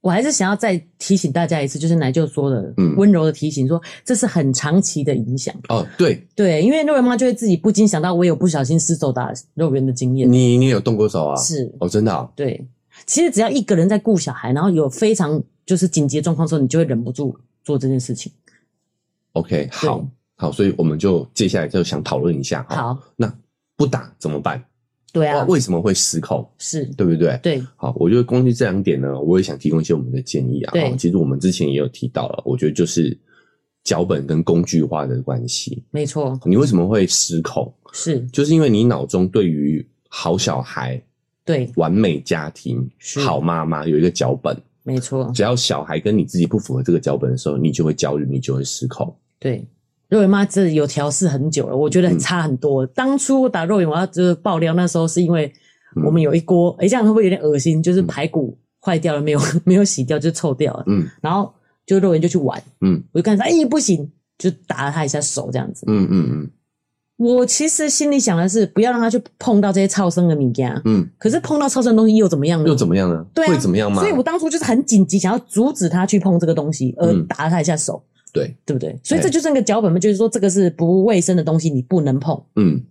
Speaker 1: 我还是想要再提醒大家一次，就是奶舅说的，
Speaker 2: 嗯
Speaker 1: 温柔的提醒说，这是很长期的影响。
Speaker 2: 哦，对
Speaker 1: 对，因为肉圆妈就会自己不禁想到，我有不小心失手打肉圆的经验。
Speaker 2: 你，你有动过手啊？
Speaker 1: 是，
Speaker 2: 哦，真的、啊。
Speaker 1: 对。其实只要一个人在顾小孩，然后有非常就是紧急的状况的时候，你就会忍不住做这件事情。
Speaker 2: OK，好好，所以我们就接下来就想讨论一下哈。
Speaker 1: 好，
Speaker 2: 那不打怎么办？
Speaker 1: 对啊，
Speaker 2: 为什么会失控？
Speaker 1: 是，
Speaker 2: 对不对？
Speaker 1: 对，
Speaker 2: 好，我觉得根据这两点呢，我也想提供一些我们的建议啊。
Speaker 1: 对
Speaker 2: 哦其实我们之前也有提到了，我觉得就是脚本跟工具化的关系。
Speaker 1: 没错，
Speaker 2: 你为什么会失控？
Speaker 1: 是
Speaker 2: 就是因为你脑中对于好小孩、
Speaker 1: 对，
Speaker 2: 完美家庭、
Speaker 1: 是
Speaker 2: 好妈妈有一个脚本，
Speaker 1: 没错，
Speaker 2: 只要小孩跟你自己不符合这个脚本的时候，你就会焦虑，你就会失控。
Speaker 1: 对。肉圆妈这有调试很久了，我觉得差很多。当初我打肉圆，我要就是爆料，那时候是因为
Speaker 2: 嗯
Speaker 1: 我们有一锅，诶，这样会不会有点恶心？就是排骨坏掉了，没有 (laughs) 没有洗掉，就臭掉了。
Speaker 2: 嗯
Speaker 1: 然后就肉圆就去玩，
Speaker 2: 嗯
Speaker 1: 我就看他，哎、不行，就打了他一下手这样子。
Speaker 2: 嗯嗯嗯
Speaker 1: 我其实心里想的是，不要让他去碰到这些超生的米家，
Speaker 2: 嗯，
Speaker 1: 可是碰到超生的东西又怎么样呢？
Speaker 2: 又怎么样呢？
Speaker 1: 对啊
Speaker 2: 会怎么样吗？
Speaker 1: 所以我当初就是很紧急，想要阻止他去碰这个东西，而
Speaker 2: 嗯
Speaker 1: 打了他一下手，
Speaker 2: 对，
Speaker 1: 对不对？所以
Speaker 2: 哎
Speaker 1: 这就是那个脚本嘛，就是说这个是不卫生的东西，你不能碰。
Speaker 2: 嗯，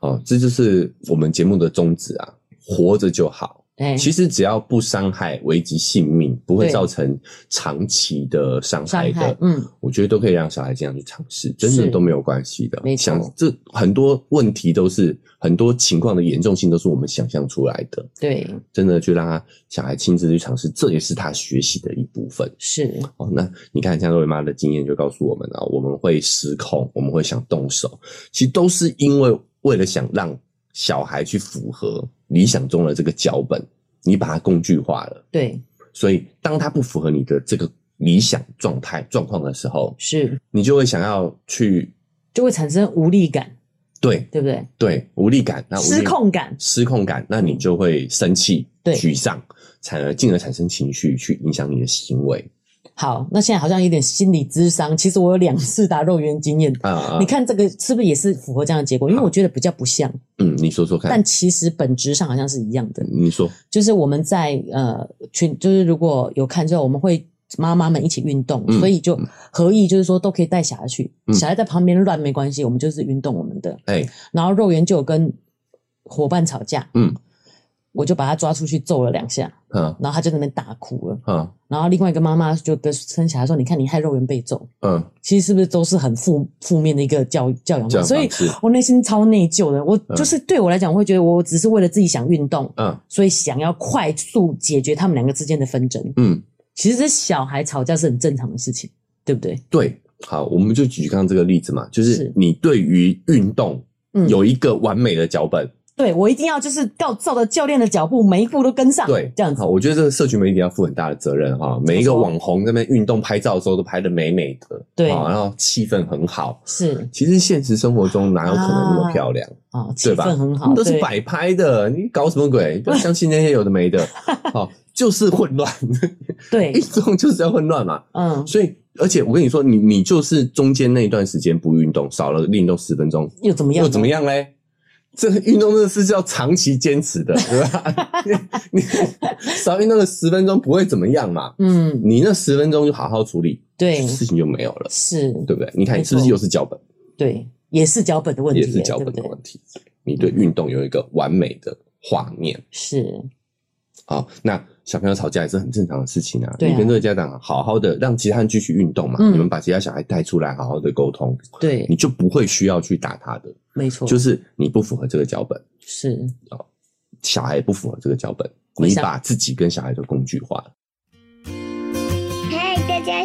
Speaker 2: 哦，这就是我们节目的宗旨啊，活着就好。
Speaker 1: 哎，
Speaker 2: 其实只要不伤害、危及性命，不会
Speaker 1: 对
Speaker 2: 造成长期的伤害
Speaker 1: 伤
Speaker 2: 的，
Speaker 1: 害，嗯，
Speaker 2: 我觉得都可以让小孩这样去尝试，真的
Speaker 1: 是
Speaker 2: 都没有关系的。
Speaker 1: 没错
Speaker 2: 想这很多问题都是很多情况的严重性都是我们想象出来的，
Speaker 1: 对，
Speaker 2: 真的就让他小孩亲自去尝试，这也是他学习的一部分。
Speaker 1: 是，
Speaker 2: 哦，那你看，像肉圆妈的经验就告诉我们啊，我们会失控，我们会想动手，其实都是因为为了想让小孩去符合理想中的这个脚本，你把它工具化了，
Speaker 1: 对，
Speaker 2: 所以当他不符合你的这个理想状态状况的时候，
Speaker 1: 是，
Speaker 2: 你就会想要去
Speaker 1: 就会产生无力感，
Speaker 2: 对
Speaker 1: 对不对？
Speaker 2: 对无力感，那无力
Speaker 1: 失控感，
Speaker 2: 失控感，那你就会生气、
Speaker 1: 对
Speaker 2: 沮丧，产而进而产生情绪，去影响你的行为
Speaker 1: 好，那现在好像有点心理智商。其实我有两次打肉圆经验，
Speaker 2: 啊 (laughs) 啊
Speaker 1: 你！看这个是不是也是符合这样的结果？因为我觉得比较不像，
Speaker 2: 嗯，你说说看
Speaker 1: 但，其实本质上好像是一样的。
Speaker 2: 你说
Speaker 1: 就是我们在呃群，就是如果有看之后，我们会妈妈们一起运动，
Speaker 2: 嗯
Speaker 1: 所以就合意就是说都可以带小孩去，
Speaker 2: 嗯
Speaker 1: 小孩在旁边乱没关系，我们就是运动我们的。
Speaker 2: 哎。
Speaker 1: 然后肉圆就有跟伙伴吵架，
Speaker 2: 嗯，
Speaker 1: 我就把他抓出去揍了两下，
Speaker 2: 嗯
Speaker 1: 然后他就在那边大哭了。
Speaker 2: 嗯
Speaker 1: 然后另外一个妈妈就跟生小孩说：“你看，你害肉圆被揍。”
Speaker 2: 嗯，
Speaker 1: 其实是不是都是很负负面的一个教教养
Speaker 2: 这
Speaker 1: 方
Speaker 2: 样
Speaker 1: 哦式？所以
Speaker 2: 是
Speaker 1: 我内心超内疚的。我就是对我来讲，我会觉得我只是为了自己想运动，
Speaker 2: 嗯
Speaker 1: 所以想要快速解决他们两个之间的纷争。
Speaker 2: 嗯，
Speaker 1: 其实这小孩吵架是很正常的事情，对不对？
Speaker 2: 对。好，我们就举刚刚这个例子嘛，就是
Speaker 1: 是
Speaker 2: 你对于运动
Speaker 1: 嗯
Speaker 2: 有一个完美的脚本，
Speaker 1: 对我一定要就是要照着教练的脚步，每一步都跟上，
Speaker 2: 对，
Speaker 1: 这样子
Speaker 2: 好，。我觉得这个社群媒体要负很大的责任哈，每一个网红在那边运动拍照的时候都拍的美美的，
Speaker 1: 对
Speaker 2: 好然后气氛很好。
Speaker 1: 是
Speaker 2: 其实现实生活中哪有可能那么漂亮？
Speaker 1: 啊，气
Speaker 2: 对吧
Speaker 1: 氛很好，
Speaker 2: 都是
Speaker 1: 对
Speaker 2: 摆拍的，你搞什么鬼？不要相信那些有的
Speaker 1: (laughs)
Speaker 2: 没的，好，就是混乱，运
Speaker 1: 对，
Speaker 2: 动就是要混乱嘛。
Speaker 1: 嗯，
Speaker 2: 所以，而且我跟你说，你你就是中间那一段时间不运动，少了运动十分钟，
Speaker 1: 又怎么样？
Speaker 2: 又怎么？样嘞？ (laughs) 这个运动这个是要长期坚持的， (laughs) 对吧？ (laughs) 你你少运动个十分钟不会怎么样嘛？
Speaker 1: 嗯，
Speaker 2: 你那十分钟就好好处理，
Speaker 1: 对，
Speaker 2: 事情就没有了，
Speaker 1: 是，
Speaker 2: 对不对？你看，
Speaker 1: 没
Speaker 2: 是
Speaker 1: 错
Speaker 2: 不是又是脚本，
Speaker 1: 对，也是脚本的问题
Speaker 2: 也
Speaker 1: 耶，
Speaker 2: 是脚
Speaker 1: 对
Speaker 2: 本
Speaker 1: 不
Speaker 2: 的
Speaker 1: 对？
Speaker 2: 问题？你对运动有一个完美的画面
Speaker 1: 是，
Speaker 2: 啊、好那小朋友吵架也是很正常的事情啊。
Speaker 1: 对啊
Speaker 2: 你跟这个家长好好的让其他人继续运动嘛，
Speaker 1: 嗯
Speaker 2: 你们把其他小孩带出来，好好的沟通。
Speaker 1: 对
Speaker 2: 你，就不会需要去打他的，
Speaker 1: 没错，
Speaker 2: 就是你不符合这个脚本，
Speaker 1: 是
Speaker 2: 小孩不符合这个脚本，
Speaker 1: 我
Speaker 2: 你
Speaker 1: 想
Speaker 2: 把自己跟小孩都工具化了。
Speaker 3: 嗨，大家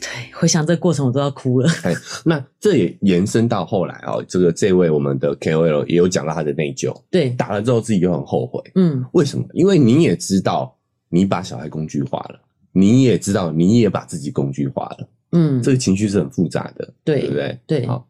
Speaker 1: 对，回想这个过程我都要哭了。 (laughs)
Speaker 2: 那这也延伸到后来哦，这个这位我们的 KOL 也有讲到他的内疚，
Speaker 1: 对，
Speaker 2: 打了之后自己又很后悔。
Speaker 1: 嗯，
Speaker 2: 为什么？因为你也知道你把小孩工具化了，你也知道你也把自己工具化了，
Speaker 1: 嗯，
Speaker 2: 这个情绪是很复杂的，
Speaker 1: 对
Speaker 2: 对不对？
Speaker 1: 对
Speaker 2: 好，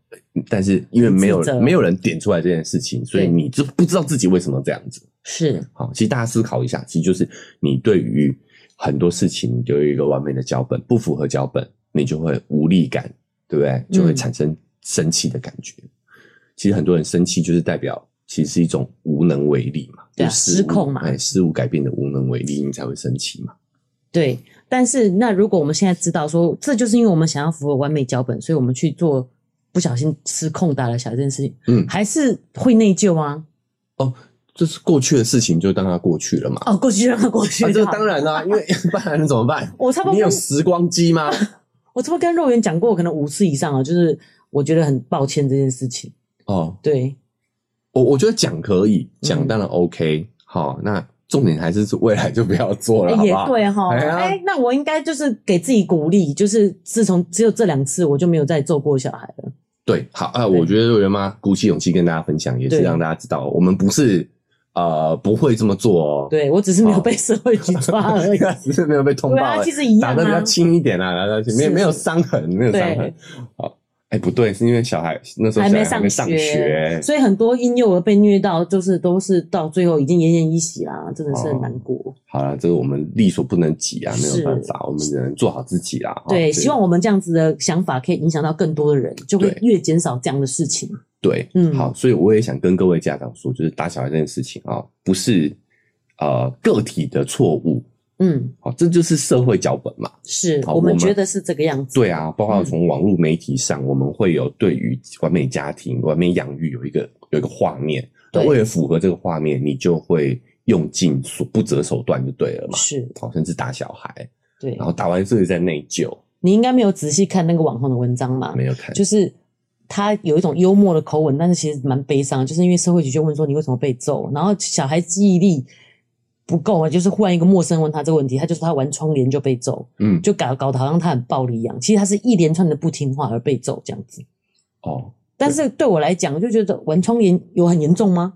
Speaker 2: 但是因为没有
Speaker 1: 很自责
Speaker 2: 没有人点出来这件事情，所以
Speaker 1: 对
Speaker 2: 你就不知道自己为什么这样子。
Speaker 1: 是
Speaker 2: 好，其实大家思考一下，其实就是你对于很多事情你有一个完美的脚本，不符合脚本，你就会无力感，对不对？
Speaker 1: 嗯
Speaker 2: 就会产生生气的感觉。其实很多人生气就是代表，其实是一种无能为力嘛，
Speaker 1: 对啊
Speaker 2: 就事物
Speaker 1: 失控嘛
Speaker 2: 哎，事物改变的无能为力，你才会生气嘛。
Speaker 1: 对。但是，那如果我们现在知道说，这就是因为我们想要符合完美脚本，所以我们去做不小心失控打了小孩这件事情，
Speaker 2: 嗯
Speaker 1: 还是会内疚啊。
Speaker 2: 这是过去的事情，就当它过去了嘛。
Speaker 1: 哦，过去就让它过去
Speaker 2: 啊，
Speaker 1: 就
Speaker 2: 这
Speaker 1: 好。
Speaker 2: 当然啦、因为 (laughs) 不然能怎么
Speaker 1: (laughs)
Speaker 2: 办？
Speaker 1: 我差不多
Speaker 2: 你有
Speaker 1: 跟
Speaker 2: 时光机 (laughs) 吗？
Speaker 1: 我这么跟肉圆讲过，可能五次以上啊，就是我觉得很抱歉这件事情。
Speaker 2: 哦，
Speaker 1: 对，
Speaker 2: 我我觉得讲可以，讲
Speaker 1: 嗯
Speaker 2: 当然 OK、好，那重点还是未来就不要做了，
Speaker 1: 哎
Speaker 2: 好不
Speaker 1: 也
Speaker 2: 好？
Speaker 1: 对哈。
Speaker 2: 哎呀
Speaker 1: 哎、那我应该就是给自己鼓励，就是自从只有这两次，我就没有再揍过小孩了。
Speaker 2: 对，好啊，
Speaker 1: 对
Speaker 2: 我觉得瑞元妈鼓起勇气跟大家分享，也是
Speaker 1: 对
Speaker 2: 让大家知道，我们不是呃不会这么做哦，， (laughs)
Speaker 1: 对我只是没有
Speaker 2: 好
Speaker 1: 被社会局抓
Speaker 2: (laughs)
Speaker 1: 而已。
Speaker 2: 只是没有被通
Speaker 1: 对
Speaker 2: 报
Speaker 1: 啊，
Speaker 2: 而已
Speaker 1: 其，实一
Speaker 2: 打
Speaker 1: 样
Speaker 2: 的比较
Speaker 1: 啊。
Speaker 2: 轻一点啦，打得比较轻没有
Speaker 1: 是
Speaker 2: 没有伤痕，没有伤痕
Speaker 1: 对。
Speaker 2: 好，哎，不对，是因为小孩那时候
Speaker 1: 还
Speaker 2: 小
Speaker 1: 没
Speaker 2: 孩还没
Speaker 1: 上
Speaker 2: 上
Speaker 1: 学
Speaker 2: 学，
Speaker 1: 所以很多婴幼儿被虐到，就是都是到最后已经奄奄一息啦，真的是
Speaker 2: 哦
Speaker 1: 很难过。
Speaker 2: 好了，这是我们力所不能及啊，没
Speaker 1: 是
Speaker 2: 有办法，我们只能做好自己啦。哈
Speaker 1: 对，希望我们这样子的想法可以影响到更多的人，就会
Speaker 2: 对
Speaker 1: 越减少这样的事情。
Speaker 2: 对，
Speaker 1: 嗯
Speaker 2: 好，所以我也想跟各位家长说，就是打小孩这件事情啊、不是呃个体的错误，
Speaker 1: 嗯，
Speaker 2: 好、这就是社会脚本嘛。
Speaker 1: 是
Speaker 2: 好
Speaker 1: 我
Speaker 2: 我
Speaker 1: 们
Speaker 2: 们
Speaker 1: 觉得是这个样子。
Speaker 2: 对啊，包
Speaker 1: 嗯
Speaker 2: 括从网络媒体上，我们会有对于完美家庭、完美养育有一个有一个画面，那
Speaker 1: 对
Speaker 2: 为了符合这个画面，你就会用尽所不择手段就对了嘛。
Speaker 1: 是，
Speaker 2: 好，甚至打小孩，
Speaker 1: 对
Speaker 2: 然。后打完之后又在内疚，
Speaker 1: 你应该没有仔细看那个网红的文章嘛？
Speaker 2: 没有看，
Speaker 1: 就是他有一种幽默的口吻，但是其实蛮悲伤，就是因为社会局就问说你为什么被揍，然后小孩记忆力不够啊，就是忽然一个陌生人问他这个问题，他就说他玩窗帘就被揍，
Speaker 2: 嗯，
Speaker 1: 就搞搞得好像他很暴力一样，其实他是一连串的不听话而被揍这样子。
Speaker 2: 哦，
Speaker 1: 但是对我来讲，我就觉得玩窗帘有很严重吗？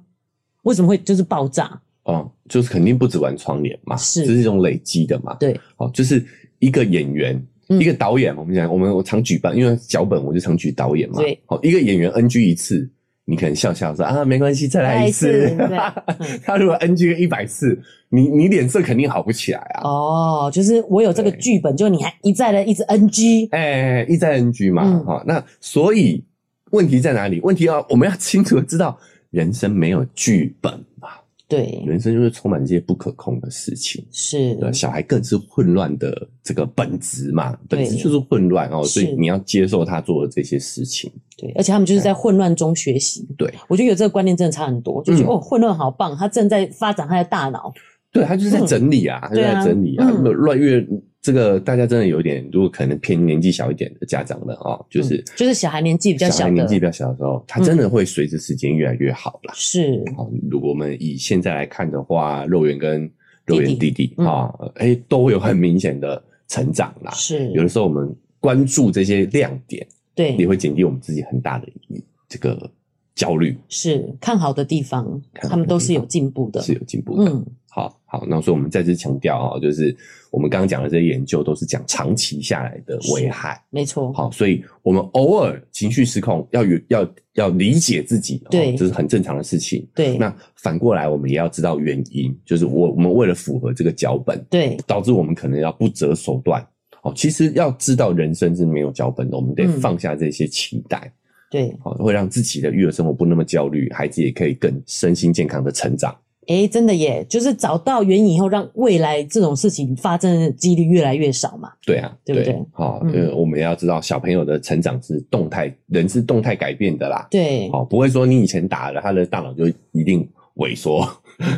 Speaker 1: 为什么会就是爆炸？
Speaker 2: 哦，就是肯定不止玩窗帘嘛，
Speaker 1: 是
Speaker 2: 这是一种累积的嘛。
Speaker 1: 对，
Speaker 2: 好，就是一个演员，
Speaker 1: 嗯
Speaker 2: 一个导演，我们讲，我们我常举办，因为脚本我就常举导演嘛。
Speaker 1: 对，
Speaker 2: 好，一个演员 NG 一次，你可能笑笑说啊，没关系，再来一次。
Speaker 1: 再来一次
Speaker 2: (laughs)
Speaker 1: 对嗯
Speaker 2: 他如果 NG 一百次，你你脸色肯定好不起来啊。
Speaker 1: 哦，就是我有这个
Speaker 2: 对
Speaker 1: 剧本，就你还一再的一直 NG，
Speaker 2: 哎、一再 NG 嘛，
Speaker 1: 嗯
Speaker 2: 哈、那所以问题在哪里？问题要我们要清楚的知道，人生没有剧本嘛，
Speaker 1: 对，
Speaker 2: 人生就是充满这些不可控的事情。
Speaker 1: 是，
Speaker 2: 对，小孩更是混乱的这个本质嘛，
Speaker 1: 对
Speaker 2: 本质就是混乱哦，
Speaker 1: 是
Speaker 2: 所以你要接受他做的这些事情。
Speaker 1: 对，而且他们就是在混乱中学习。
Speaker 2: 对，
Speaker 1: 我觉得有这个观念真的差很多，就觉得、
Speaker 2: 嗯
Speaker 1: 哦，混乱好棒，他正在发展他的大脑。
Speaker 2: 对他就是在整理啊，他就
Speaker 1: 对啊
Speaker 2: 在整理啊，
Speaker 1: 嗯
Speaker 2: 没有乱越这个大家真的有一点，如果可能偏年纪小一点的家长们啊，就是、
Speaker 1: 嗯就是小孩年纪比较小
Speaker 2: 小孩
Speaker 1: 的，嗯
Speaker 2: 年纪比较小的时候，他真的会随着时间越来越好啦。
Speaker 1: 是
Speaker 2: 好，如果我们以现在来看的话，肉圆跟肉圆弟弟
Speaker 1: 嗯
Speaker 2: 啊，哎、都会有很明显的成长啦。
Speaker 1: 是，
Speaker 2: 有的时候我们关注这些亮点，也
Speaker 1: 对
Speaker 2: 会减低我们自己很大的这个焦虑，
Speaker 1: 是看好的地方，
Speaker 2: 看好的
Speaker 1: 他们都是
Speaker 2: 地
Speaker 1: 有
Speaker 2: 方
Speaker 1: 进步的。
Speaker 2: 是有进步的。
Speaker 1: 嗯，
Speaker 2: 好好，那所以我们再次强调啊，就是我们刚刚讲的这些研究都是讲长期下来的危害。
Speaker 1: 没错。
Speaker 2: 好，所以我们偶尔情绪失控，要有要要理解自己，哦
Speaker 1: 对
Speaker 2: 这是很正常的事情。
Speaker 1: 对
Speaker 2: 那反过来，我们也要知道原因，就是我我们为了符合这个脚本，
Speaker 1: 对
Speaker 2: 导致我们可能要不择手段。哦，其实要知道人生是没有脚本的，我们得
Speaker 1: 嗯
Speaker 2: 放下这些期待。
Speaker 1: 对，
Speaker 2: 好，哦会让自己的育儿生活不那么焦虑，孩子也可以更身心健康的成长。
Speaker 1: 诶，真的耶，就是找到原因以后，让未来这种事情发生的几率越来越少嘛。
Speaker 2: 对啊，
Speaker 1: 对不对
Speaker 2: 好，
Speaker 1: 嗯
Speaker 2: 呃，我们要知道小朋友的成长是动态，人是动态改变的啦。
Speaker 1: 对，
Speaker 2: 好，不会说你以前打了，他的大脑就一定萎缩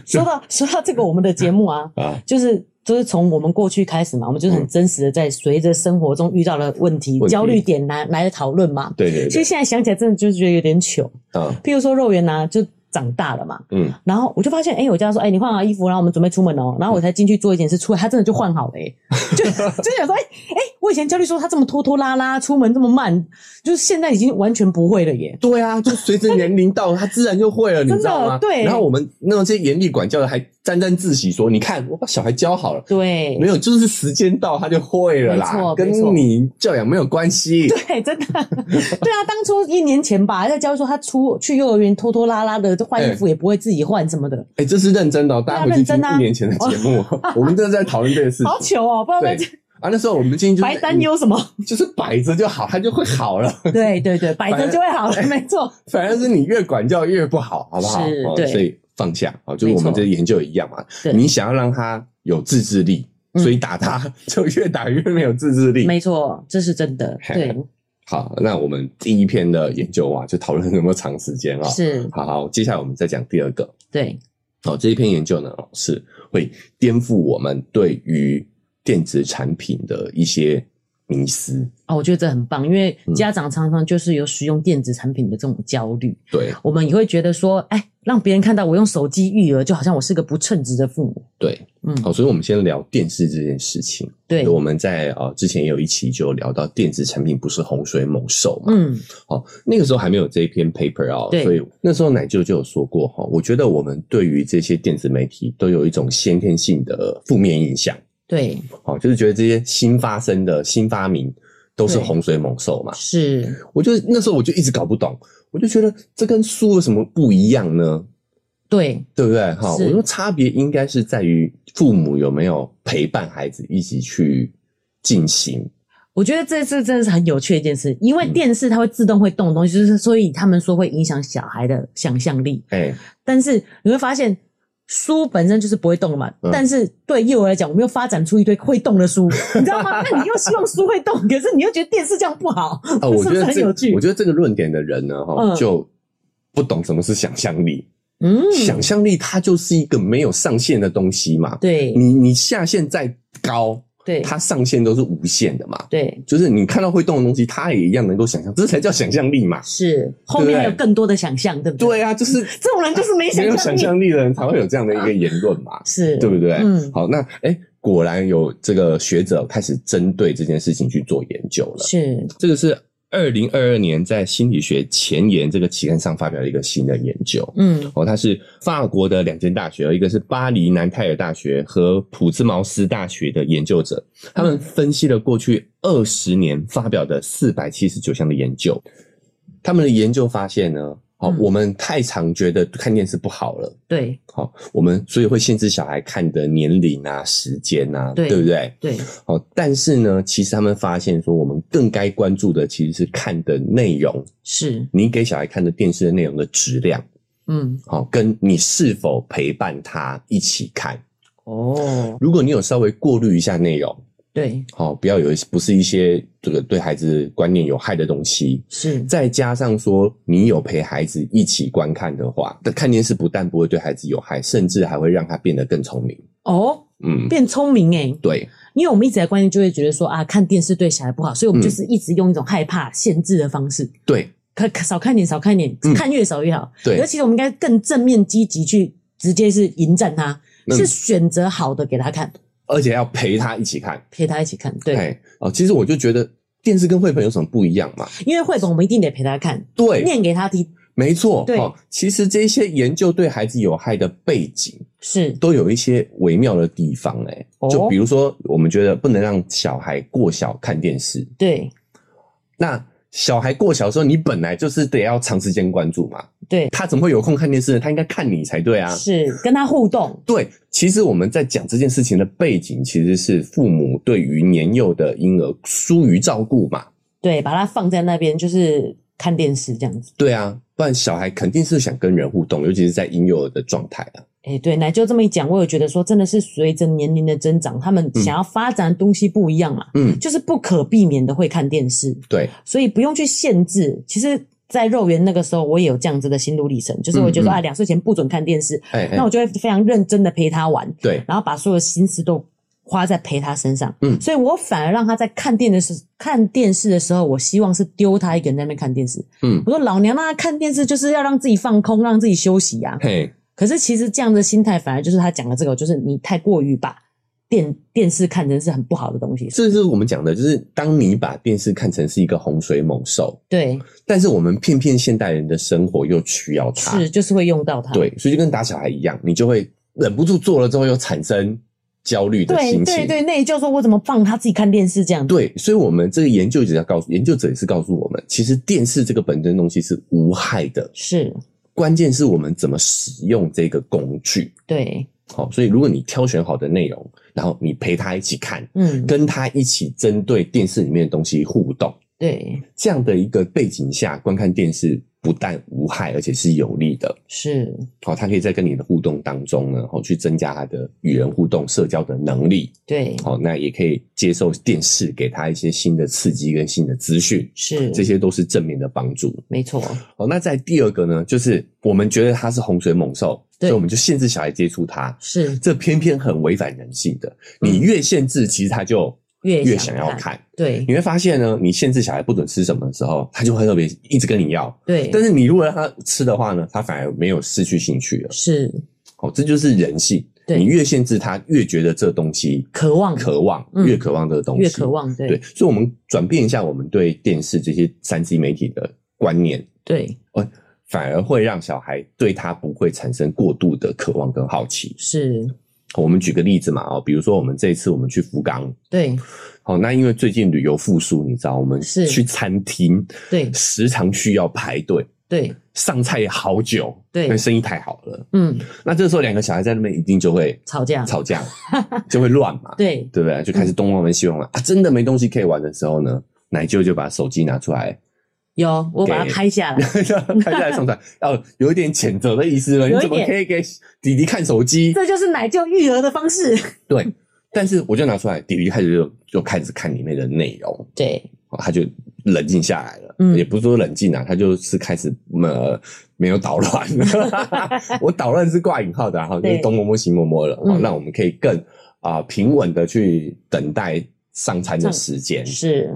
Speaker 1: 说到说到这个，我们的节目啊，
Speaker 2: 啊。
Speaker 1: 就是就是从我们过去开始嘛，我们就是很真实的在随着生活中遇到的问题、
Speaker 2: 嗯问题
Speaker 1: 焦虑点来来讨论嘛。
Speaker 2: 对对
Speaker 1: 其实
Speaker 2: 对，
Speaker 1: 现在想起来，真的就是觉得有点糗。
Speaker 2: 啊，
Speaker 1: 譬如说肉圆呐、就长大了嘛，
Speaker 2: 嗯，
Speaker 1: 然后我就发现，哎、我叫他说，哎、你换好衣服，然后我们准备出门哦、然后我才进去做一件事，出来他真的就换好了、
Speaker 2: (laughs)
Speaker 1: 欸，就就想说，哎、哎、我以前焦虑说他这么拖拖拉拉，出门这么慢，就是现在已经完全不会了耶。
Speaker 2: 对啊，就随着年龄到，他自然就会了，你
Speaker 1: 真的哦
Speaker 2: 知道吗？
Speaker 1: 对
Speaker 2: 然后我们那些严厉管教的还沾沾自喜说：“你看，我把小孩教好了。”
Speaker 1: 对
Speaker 2: 没，有，就是时间到他就会了
Speaker 1: 没
Speaker 2: 啦，
Speaker 1: 错
Speaker 2: 跟
Speaker 1: 没错
Speaker 2: 你教养没有关系。
Speaker 1: 对，真的，对啊，当初一年前吧，还在教育说他出去幼儿园拖拖拉拉的，换衣服也不会自己换什么的，
Speaker 2: 哎、这是认真的、哦，
Speaker 1: 对
Speaker 2: 大
Speaker 1: 啊
Speaker 2: 家回去听
Speaker 1: 认真啊
Speaker 2: 一年前的节目，哦
Speaker 1: (laughs)
Speaker 2: 我们真的在讨论这件事
Speaker 1: 好
Speaker 2: 情。
Speaker 1: 糗哦、不知道在
Speaker 2: 对啊，那时候我们今天就是
Speaker 1: 白担忧什么？
Speaker 2: 嗯就是摆着就好，它就会好了。
Speaker 1: 对对对，摆正就会好了，
Speaker 2: 哎
Speaker 1: 没错，
Speaker 2: 反而是你越管教越不好，好不好？
Speaker 1: 是
Speaker 2: 哦
Speaker 1: 对
Speaker 2: 所以放下啊、哦，就是
Speaker 1: 没
Speaker 2: 我
Speaker 1: 错
Speaker 2: 们这研究也一样嘛。
Speaker 1: 对
Speaker 2: 你想要让他有自制力，
Speaker 1: 嗯
Speaker 2: 所以打他、就越打越没有自制力。
Speaker 1: 没错，这是真的，对，
Speaker 2: 好，那我们第一篇的研究啊，就讨论有没有长时间啊、
Speaker 1: 是，
Speaker 2: 好好，接下来我们再讲第二个。
Speaker 1: 对，
Speaker 2: 哦，这一篇研究呢，哦是会颠覆我们对于电子产品的一些迷思。
Speaker 1: 哦，我觉得这很棒，因为
Speaker 2: 嗯
Speaker 1: 家长常常就是有使用电子产品的这种焦虑，
Speaker 2: 对
Speaker 1: 我们也会觉得说，哎，让别人看到我用手机育儿，就好像我是个不称职的父母，
Speaker 2: 对，
Speaker 1: 嗯，
Speaker 2: 好、所以我们先聊电视这件事情。
Speaker 1: 对
Speaker 2: 就，我们在呃之前也有一期就有聊到电子产品不是洪水猛兽嘛。
Speaker 1: 嗯，
Speaker 2: 哦，那个时候还没有这一篇 paper 啊、
Speaker 1: 对
Speaker 2: 所以那时候奶舅就有说过哈、我觉得我们对于这些电子媒体都有一种先天性的负面印象。
Speaker 1: 对，
Speaker 2: 哦，就是觉得这些新发生的新发明都是洪水猛兽嘛。
Speaker 1: 是，
Speaker 2: 我就那时候我就一直搞不懂，我就觉得这跟书有什么不一样呢？
Speaker 1: 对，
Speaker 2: 对不对？哈，
Speaker 1: 是
Speaker 2: 我说差别应该是在于父母有没有陪伴孩子一起去进行。
Speaker 1: 我觉得这次真的是很有趣的一件事，因
Speaker 2: 嗯
Speaker 1: 为电视它会自动会动东西，就是所以他们说会影响小孩的想象力。
Speaker 2: 哎，
Speaker 1: 但是你会发现，书本身就是不会动的嘛。
Speaker 2: 嗯
Speaker 1: 但是对幼儿来讲，我们又发展出一堆会动的
Speaker 2: (laughs)
Speaker 1: 书，你知道吗？那你又希望书会动，可是你又觉得电视这样不好， (laughs)
Speaker 2: 啊，我
Speaker 1: 是
Speaker 2: 觉
Speaker 1: 不是
Speaker 2: 得
Speaker 1: 很
Speaker 2: 这
Speaker 1: 有趣？
Speaker 2: 我觉得这个论点的人呢，哈，
Speaker 1: 嗯
Speaker 2: 就不懂什么是想象力。
Speaker 1: 嗯，
Speaker 2: 想象力它就是一个没有上限的东西嘛。
Speaker 1: 对
Speaker 2: 你你下限再高，
Speaker 1: 对
Speaker 2: 它上限都是无限的嘛。
Speaker 1: 对
Speaker 2: 就是你看到会动的东西，它也一样能够想象，这才叫想象力嘛。
Speaker 1: 是，后
Speaker 2: 对
Speaker 1: 面
Speaker 2: 不
Speaker 1: 还有
Speaker 2: 对
Speaker 1: 更多的想象，对不对？
Speaker 2: 对啊，就是
Speaker 1: 这种人就是没想
Speaker 2: 没有
Speaker 1: 象
Speaker 2: 想
Speaker 1: 力，，
Speaker 2: 象力的人才会有这样的一个言论嘛
Speaker 1: (laughs) 是，
Speaker 2: 对不对？
Speaker 1: 嗯，
Speaker 2: 好，那哎、诶果然有这个学者开始针对这件事情去做研究了。
Speaker 1: 是，
Speaker 2: 这个是二零二二年在《心理学前沿》这个期刊上发表的一个新的研究。
Speaker 1: 嗯
Speaker 2: 哦，它是法国的两间大学，一个是巴黎南泰尔大学和普兹茅斯大学的研究者，他们分析了过去二十年发表的四百七十九项的研究。他们的研究发现呢，好、
Speaker 1: 嗯
Speaker 2: 我们太常觉得看电视不好了，
Speaker 1: 对
Speaker 2: 好、我们所以会限制小孩看的年龄啊、时间啊，
Speaker 1: 对
Speaker 2: 不对？
Speaker 1: 对，
Speaker 2: 好、但是呢，其实他们发现说，我们更该关注的其实是看的内容，
Speaker 1: 是，
Speaker 2: 你给小孩看的电视的内容的质量。
Speaker 1: 嗯，
Speaker 2: 好，跟你是否陪伴他一起看。
Speaker 1: 哦，
Speaker 2: 如果你有稍微过滤一下内容，
Speaker 1: 对，
Speaker 2: 好，不要有一些不是一些这个对孩子观念有害的东西，
Speaker 1: 是，
Speaker 2: 再加上说你有陪孩子一起观看的话，看电视不但不会对孩子有害，甚至还会让他变得更聪明。
Speaker 1: 哦，
Speaker 2: 嗯，
Speaker 1: 变聪明哎、
Speaker 2: 对，
Speaker 1: 因为我们一直在观念就会觉得说啊，看电视对小孩不好，
Speaker 2: 嗯
Speaker 1: 所以我们就是一直用一种害怕、限制的方式，
Speaker 2: 对，
Speaker 1: 可可少看点，少看点
Speaker 2: 嗯，
Speaker 1: 看越少越好。
Speaker 2: 对
Speaker 1: 而其实我们应该更正面积极去，直接是迎战他，
Speaker 2: 嗯
Speaker 1: 是选择好的给他看，
Speaker 2: 而且要陪他一起看。
Speaker 1: 陪他一起看。对，
Speaker 2: 哎，哦，其实我就觉得电视跟绘本有什么不一样嘛？
Speaker 1: 因为绘本我们一定得陪他看，
Speaker 2: 对，
Speaker 1: 念给他听，
Speaker 2: 没错。
Speaker 1: 对
Speaker 2: 哦，其实这些研究对孩子有害的背景。
Speaker 1: 是
Speaker 2: 都有一些微妙的地方哎、
Speaker 1: 哦
Speaker 2: 就比如说，我们觉得不能让小孩过小看电视。
Speaker 1: 对
Speaker 2: 那小孩过小的时候，你本来就是得要长时间关注嘛，
Speaker 1: 对
Speaker 2: 他怎么会有空看电视呢？他应该看你才对啊。
Speaker 1: 是跟他互动，
Speaker 2: 对，其实我们在讲这件事情的背景，其实是父母对于年幼的婴儿疏于照顾嘛。
Speaker 1: 对，把他放在那边就是看电视这样子。
Speaker 2: 对啊，不然小孩肯定是想跟人互动，尤其是在婴幼儿的状态啊。
Speaker 1: 哎，对，奶就这么一讲，我有觉得说，真的是随着年龄的增长，他们
Speaker 2: 嗯
Speaker 1: 想要发展的东西不一样嘛，
Speaker 2: 嗯，
Speaker 1: 就是不可避免的会看电视。
Speaker 2: 对，
Speaker 1: 所以不用去限制。其实，在肉圆那个时候，我也有这样子的心路历程，就是我觉得
Speaker 2: 嗯
Speaker 1: 说
Speaker 2: 嗯
Speaker 1: 啊，两岁前不准看电视，
Speaker 2: 哎、哎
Speaker 1: 那我就会非常认真的陪他玩，
Speaker 2: 对，
Speaker 1: 然后把所有心思都花在陪他身上。
Speaker 2: 嗯
Speaker 1: 所以我反而让他在看电视看电视的时候，我希望是丢他一个人在那边看电视。
Speaker 2: 嗯，
Speaker 1: 我说老娘让他看电视就是要让自己放空，让自己休息呀、啊。
Speaker 2: 嘿，
Speaker 1: 可是其实这样的心态，反而就是他讲的这个，就是你太过于把电电视看成是很不好的东西。
Speaker 2: 这是我们讲的，就是当你把电视看成是一个洪水猛兽，
Speaker 1: 对，
Speaker 2: 但是我们偏偏现代人的生活又需要它，
Speaker 1: 是啊就是会用到它。
Speaker 2: 对，所以就跟打小孩一样，你就会忍不住做了之后又产生焦虑的
Speaker 1: 对
Speaker 2: 心情。
Speaker 1: 对对，内疚说我怎么放他自己看电视这样？，
Speaker 2: 对所以我们这个研究者要告诉研究者也是告诉我们，其实电视这个本身东西是无害的，
Speaker 1: 是，
Speaker 2: 关键是我们怎么使用这个工具。
Speaker 1: 对，
Speaker 2: 好、所以如果你挑选好的内容，然后你陪他一起看，
Speaker 1: 嗯，
Speaker 2: 跟他一起针对电视里面的东西互动。
Speaker 1: 对，
Speaker 2: 这样的一个背景下观看电视，不但无害，而且是有利的。
Speaker 1: 是，
Speaker 2: 好、它可以在跟你的互动当中呢，好、去增加他的与人互动、社交的能力。
Speaker 1: 对，
Speaker 2: 好、那也可以接受电视给他一些新的刺激跟新的资讯，
Speaker 1: 是，
Speaker 2: 这些都是正面的帮助。
Speaker 1: 没错，
Speaker 2: 好、那在第二个呢，就是我们觉得它是洪水猛兽，
Speaker 1: 对
Speaker 2: 所以我们就限制小孩接触它，
Speaker 1: 是
Speaker 2: 这偏偏很违反人性的。
Speaker 1: 嗯
Speaker 2: 你越限制，其实他就
Speaker 1: 越
Speaker 2: 越
Speaker 1: 想
Speaker 2: 想要
Speaker 1: 看
Speaker 2: 看。
Speaker 1: 对
Speaker 2: 你会发现呢，你限制小孩不准吃什么的时候，他就会特别一直跟你要。
Speaker 1: 对，
Speaker 2: 但是你如果让他吃的话呢，他反而没有失去兴趣了。
Speaker 1: 是
Speaker 2: 哦，这就是人性。
Speaker 1: 对
Speaker 2: 你越限制他，越觉得这东西
Speaker 1: 渴望
Speaker 2: 渴望，
Speaker 1: 嗯
Speaker 2: 越渴望这个东西，
Speaker 1: 越渴。望，
Speaker 2: 对
Speaker 1: 对，
Speaker 2: 所以我们转变一下我们对电视这些三 C 媒体的观念，
Speaker 1: 对
Speaker 2: 反而会让小孩对他不会产生过度的渴望跟好奇。
Speaker 1: 是，
Speaker 2: 我们举个例子嘛，哦，比如说我们这一次我们去福冈，
Speaker 1: 对
Speaker 2: 好，那因为最近旅游复苏，你知道我们
Speaker 1: 是
Speaker 2: 去餐厅
Speaker 1: 对
Speaker 2: 时常需要排队，
Speaker 1: 对，
Speaker 2: 上菜也好久，
Speaker 1: 对
Speaker 2: 因为生意太好了。
Speaker 1: 嗯，
Speaker 2: 那这时候两个小孩在那边一定就会
Speaker 1: 吵架，(laughs)
Speaker 2: 吵架，就会乱嘛，
Speaker 1: 对
Speaker 2: 对不对？就
Speaker 1: 嗯
Speaker 2: 开始东望门西望了啊，真的没东西可以玩的时候呢，奶舅就把手机拿出来， (laughs)
Speaker 1: 有我把它
Speaker 2: 给
Speaker 1: 拍下来，
Speaker 2: 拍下来上传，要有一点谴责的意思了。你
Speaker 1: 有一
Speaker 2: 怎么
Speaker 1: 点
Speaker 2: 可以给弟弟看手机？
Speaker 1: 这就是奶舅育儿的方式。
Speaker 2: 对，但是我就拿出来，弟弟开始就就开始看里面的内容，
Speaker 1: 对
Speaker 2: 哦他就冷静下来了，
Speaker 1: 嗯
Speaker 2: 也不是说冷静啊，他就是开始呃没有
Speaker 1: (laughs)
Speaker 2: 捣乱，我捣乱是挂引号的啊，然后就是
Speaker 1: 对
Speaker 2: 东摸摸西摸摸了，哦
Speaker 1: 嗯
Speaker 2: 让我们可以更啊、平稳的去等待上餐的时间。
Speaker 1: 是，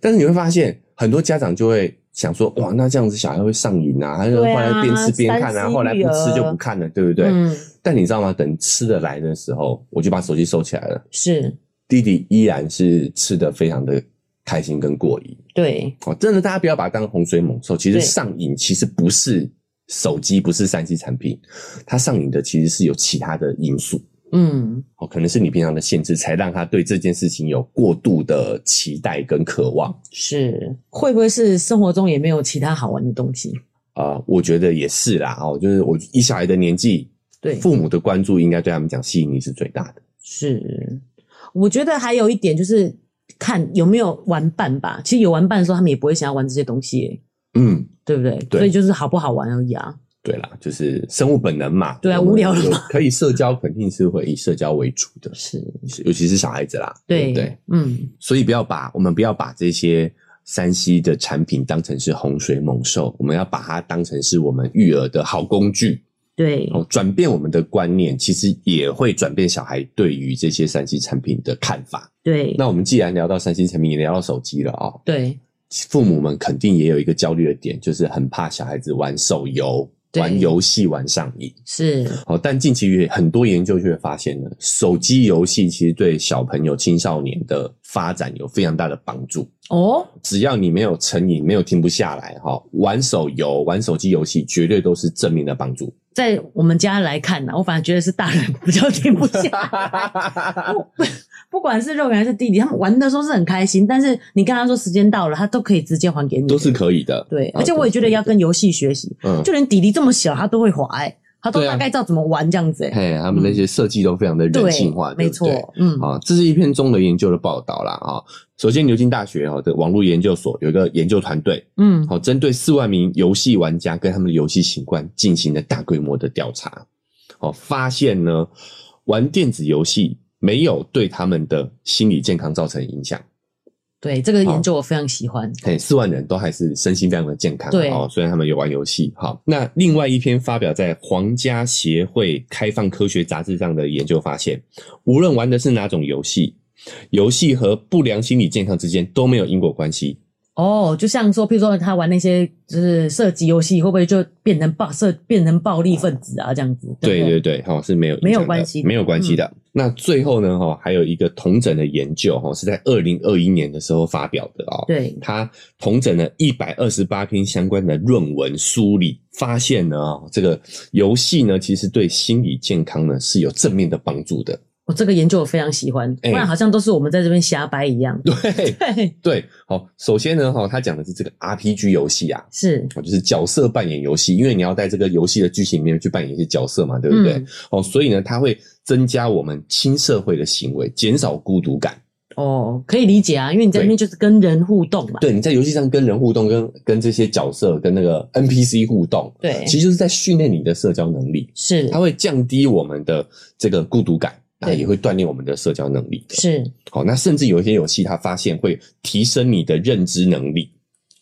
Speaker 2: 但是你会发现，很多家长就会想说，哇，那这样子小孩会上瘾啊，他就后
Speaker 1: 对啊
Speaker 2: 来边吃边看
Speaker 1: 三
Speaker 2: 啊，
Speaker 1: 思
Speaker 2: 后来不吃就不看了，对不对？
Speaker 1: 嗯，
Speaker 2: 但你知道吗？等吃的来的时候，我就把手机收起来了，
Speaker 1: 是
Speaker 2: 弟弟依然是吃的非常的开心跟过瘾。
Speaker 1: 对
Speaker 2: 哦，真的，大家不要把它当洪水猛兽。其实
Speaker 1: 对
Speaker 2: 上瘾其实不是手机，不是三 C 产品，它上瘾的其实是有其他的因素。
Speaker 1: 嗯
Speaker 2: 哦，可能是你平常的限制，才让他对这件事情有过度的期待跟渴望。
Speaker 1: 是，会不会是生活中也没有其他好玩的东西？
Speaker 2: 啊、我觉得也是啦。哦，就是我以小孩的年纪，
Speaker 1: 对，
Speaker 2: 父母的关注应该对他们讲吸引力是最大的。
Speaker 1: 是，我觉得还有一点就是看有没有玩伴吧。其实有玩伴的时候，他们也不会想要玩这些东西耶，
Speaker 2: 嗯，
Speaker 1: 对不对？
Speaker 2: 对
Speaker 1: 所以就是好不好玩而已啊。
Speaker 2: 对啦，就是生物本能嘛。
Speaker 1: 对啊
Speaker 2: 我们
Speaker 1: 无聊了嘛
Speaker 2: 有可以社交肯定是会以社交为主的，
Speaker 1: 是，
Speaker 2: 尤其是小孩子啦，
Speaker 1: 对，
Speaker 2: 不对。
Speaker 1: 嗯，
Speaker 2: 所以不要把我们不要把这些山西的产品当成是洪水猛兽，我们要把它当成是我们育儿的好工具。
Speaker 1: 对，
Speaker 2: 哦，转变我们的观念，其实也会转变小孩对于这些山西产品的看法。
Speaker 1: 对，
Speaker 2: 那我们既然聊到山西产品，也聊到手机了哦，
Speaker 1: 对，
Speaker 2: 父母们肯定也有一个焦虑的点，就是很怕小孩子玩手游、
Speaker 1: 对
Speaker 2: 玩游戏玩上瘾。
Speaker 1: 是，
Speaker 2: 哦，但近期也很多研究却发现呢，手机游戏其实对小朋友、青少年的发展有非常大的帮助。
Speaker 1: 哦，
Speaker 2: 只要你没有成瘾，没有停不下来，哈，玩手游、玩手机游戏绝对都是正面的帮
Speaker 1: (laughs)
Speaker 2: 助。
Speaker 1: 在我们家来看呢、我反而觉得是大人 (laughs) 比较停不下。不管是肉圆还是弟弟，他们玩的时候是很开心，但是你跟他说时间到了，他都可以直接还给你，
Speaker 2: 都是可以的。
Speaker 1: 对。
Speaker 2: 啊
Speaker 1: 而且我也觉得要，跟游戏学习，
Speaker 2: 都是可以的嗯，
Speaker 1: 就连弟弟这么小，他都会滑、欸，他都
Speaker 2: 对啊
Speaker 1: 大概知道怎么玩这样子、欸，
Speaker 2: 嘿，他们那些设计都非常的
Speaker 1: 对
Speaker 2: 人性化，对
Speaker 1: 没
Speaker 2: 不对
Speaker 1: 错，嗯，
Speaker 2: 啊，这是一篇综合研究的报道啦啊。首先，牛津大学哈的网络研究所有一个研究团队，
Speaker 1: 嗯，
Speaker 2: 好，针对四万名游戏玩家跟他们的游戏习惯进行了大规模的调查，哦，发现呢，玩电子游戏没有对他们的心理健康造成影响。
Speaker 1: 对，这个研究我非常喜欢，
Speaker 2: 嘿，四万人都还是身心非常的健康，
Speaker 1: 对
Speaker 2: 哦，虽然他们有玩游戏。好，那另外一篇发表在皇家协会开放科学杂志上的研究发现，无论玩的是哪种游戏，游戏和不良心理健康之间都没有因果关系。
Speaker 1: 哦，就像说，譬如说他玩那些就是射击游戏，会不会就变成暴射变成暴力分子啊？这样子，
Speaker 2: 对
Speaker 1: 不
Speaker 2: 对对，好、是没有影响的
Speaker 1: 没有关系的嗯
Speaker 2: 没有关系的。那最后呢，哈、还有一个同诊的研究，哈、是在二零二一年的时候发表的哦。
Speaker 1: 对
Speaker 2: 他同整了一百二十八篇相关的论文梳理，发现呢，哦这个游戏呢，其实对心理健康呢是有正面的帮助的。
Speaker 1: 我这个研究我非常喜欢，不
Speaker 2: 哎
Speaker 1: 然好像都是我们在这边瞎掰一样。
Speaker 2: 对
Speaker 1: 对，
Speaker 2: 对，好，首先呢，哈，他讲的是这个 RPG 游戏啊。
Speaker 1: (laughs) 是，
Speaker 2: 哦就是角色扮演游戏，因为你要在这个游戏的剧情里面去扮演一些角色嘛，对不对？
Speaker 1: 嗯
Speaker 2: 哦，所以呢，它会增加我们亲社会的行为，减少孤独感。
Speaker 1: 哦，可以理解啊，因为你在那边就是跟人互动嘛。
Speaker 2: 对，你在游戏上跟人互动，跟跟这些角色、跟那个 NPC 互动，
Speaker 1: 对
Speaker 2: 其实就是在训练你的社交能力，
Speaker 1: 是
Speaker 2: 它会降低我们的这个孤独感，那
Speaker 1: 对
Speaker 2: 也会锻炼我们的社交能力的。
Speaker 1: 是，
Speaker 2: 好，那甚至有一些游戏，它发现会提升你的认知能力。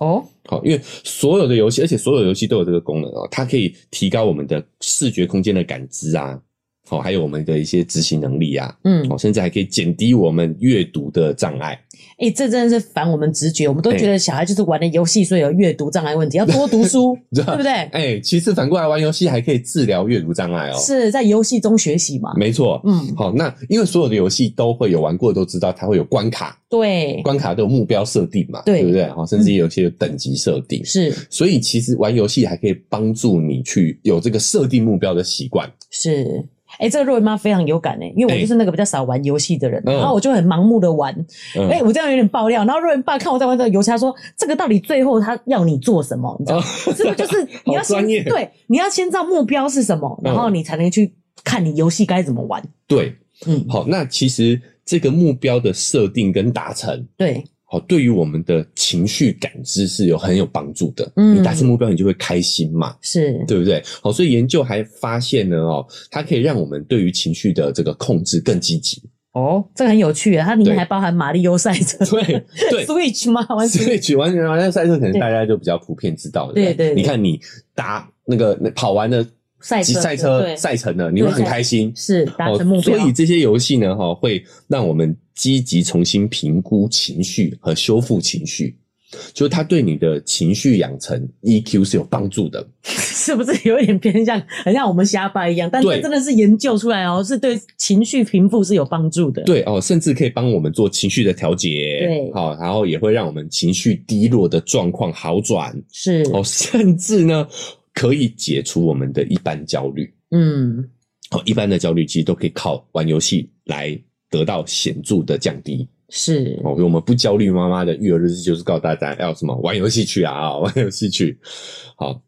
Speaker 1: 哦，
Speaker 2: 好，因为所有的游戏，而且所有游戏都有这个功能哦，它可以提高我们的视觉空间的感知啊，好、还有我们的一些执行能力啊，
Speaker 1: 嗯，
Speaker 2: 哦，甚至还可以减低我们阅读的障碍。
Speaker 1: 哎、这真的是反我们直觉，我们都觉得小孩就是玩的游戏，所以有阅读障碍问题，要多读
Speaker 2: (laughs)
Speaker 1: 书，
Speaker 2: 对
Speaker 1: 对不对？
Speaker 2: 哎、其实反过来玩游戏还可以治疗阅读障碍哦，
Speaker 1: 是在游戏中学习嘛？
Speaker 2: 没错。
Speaker 1: 嗯，
Speaker 2: 好，那因为所有的游戏都会有玩过，都知道它会有关卡，
Speaker 1: 对，
Speaker 2: 关卡都有目标设定嘛，
Speaker 1: 对嗯
Speaker 2: 不对？好，甚至也有一些有等级设定。
Speaker 1: 是
Speaker 2: 所以其实玩游戏还可以帮助你去有这个设定目标的习惯，
Speaker 1: 是。哎、这个瑞文妈非常有感哎、因为我就是那个比较少玩游戏的人，
Speaker 2: 嗯
Speaker 1: 然后我就很盲目的玩，
Speaker 2: 嗯
Speaker 1: 哎、我这样有点爆料。然后瑞文爸看我在玩这个游戏，他说这个到底最后他要你做什么？你知道吗？是不是
Speaker 2: (laughs)
Speaker 1: 就是你要
Speaker 2: 哦好
Speaker 1: 先
Speaker 2: 专业嗯
Speaker 1: 对，你要先知道目标是什么，然后你才能去看你游戏该怎么玩。
Speaker 2: 对，
Speaker 1: 嗯，
Speaker 2: 好，那其实这个目标的设定跟达成，
Speaker 1: 对，
Speaker 2: 好，对于我们的情绪感知是有很有帮助的。
Speaker 1: 嗯
Speaker 2: 你达成目标，你就会开心嘛，
Speaker 1: 是，
Speaker 2: 对不对？好，所以研究还发现呢，哦，它可以让我们对于情绪的这个控制更积极。
Speaker 1: 哦，这个很有趣啊，它里面
Speaker 2: 对
Speaker 1: 还包含马里欧赛车， (laughs)
Speaker 2: 对对。
Speaker 1: ，Switch 吗？玩 Switch，
Speaker 2: Switch 完全玩那赛车，可能大家就比较普遍知道的。
Speaker 1: 对
Speaker 2: 不
Speaker 1: 对对
Speaker 2: 你看你打那个那跑完了
Speaker 1: 赛车
Speaker 2: 几赛车
Speaker 1: 对
Speaker 2: 赛程了，你会很开心。
Speaker 1: 是达
Speaker 2: 哦
Speaker 1: 成目标，
Speaker 2: 所以这些游戏呢，哈、会让我们积极重新评估情绪和修复情绪，就是它对你的情绪养成 EQ 是有帮助的。
Speaker 1: 是不是有一点偏向，很像我们瞎掰一样？但
Speaker 2: 对
Speaker 1: 是真的是研究出来哦，是对情绪平复是有帮助的。，
Speaker 2: 对哦，甚至可以帮我们做情绪的调节，
Speaker 1: 对
Speaker 2: 好、然后也会让我们情绪低落的状况好转
Speaker 1: 是，
Speaker 2: 哦，甚至呢可以解除我们的一般焦虑。
Speaker 1: 嗯，
Speaker 2: 哦，一般的焦虑其实都可以靠玩游戏来得到显著的降低。
Speaker 1: 是
Speaker 2: 哦，我们不焦虑妈妈的育儿日志就是告诉大家要什么玩游戏去啊，玩游戏去。好，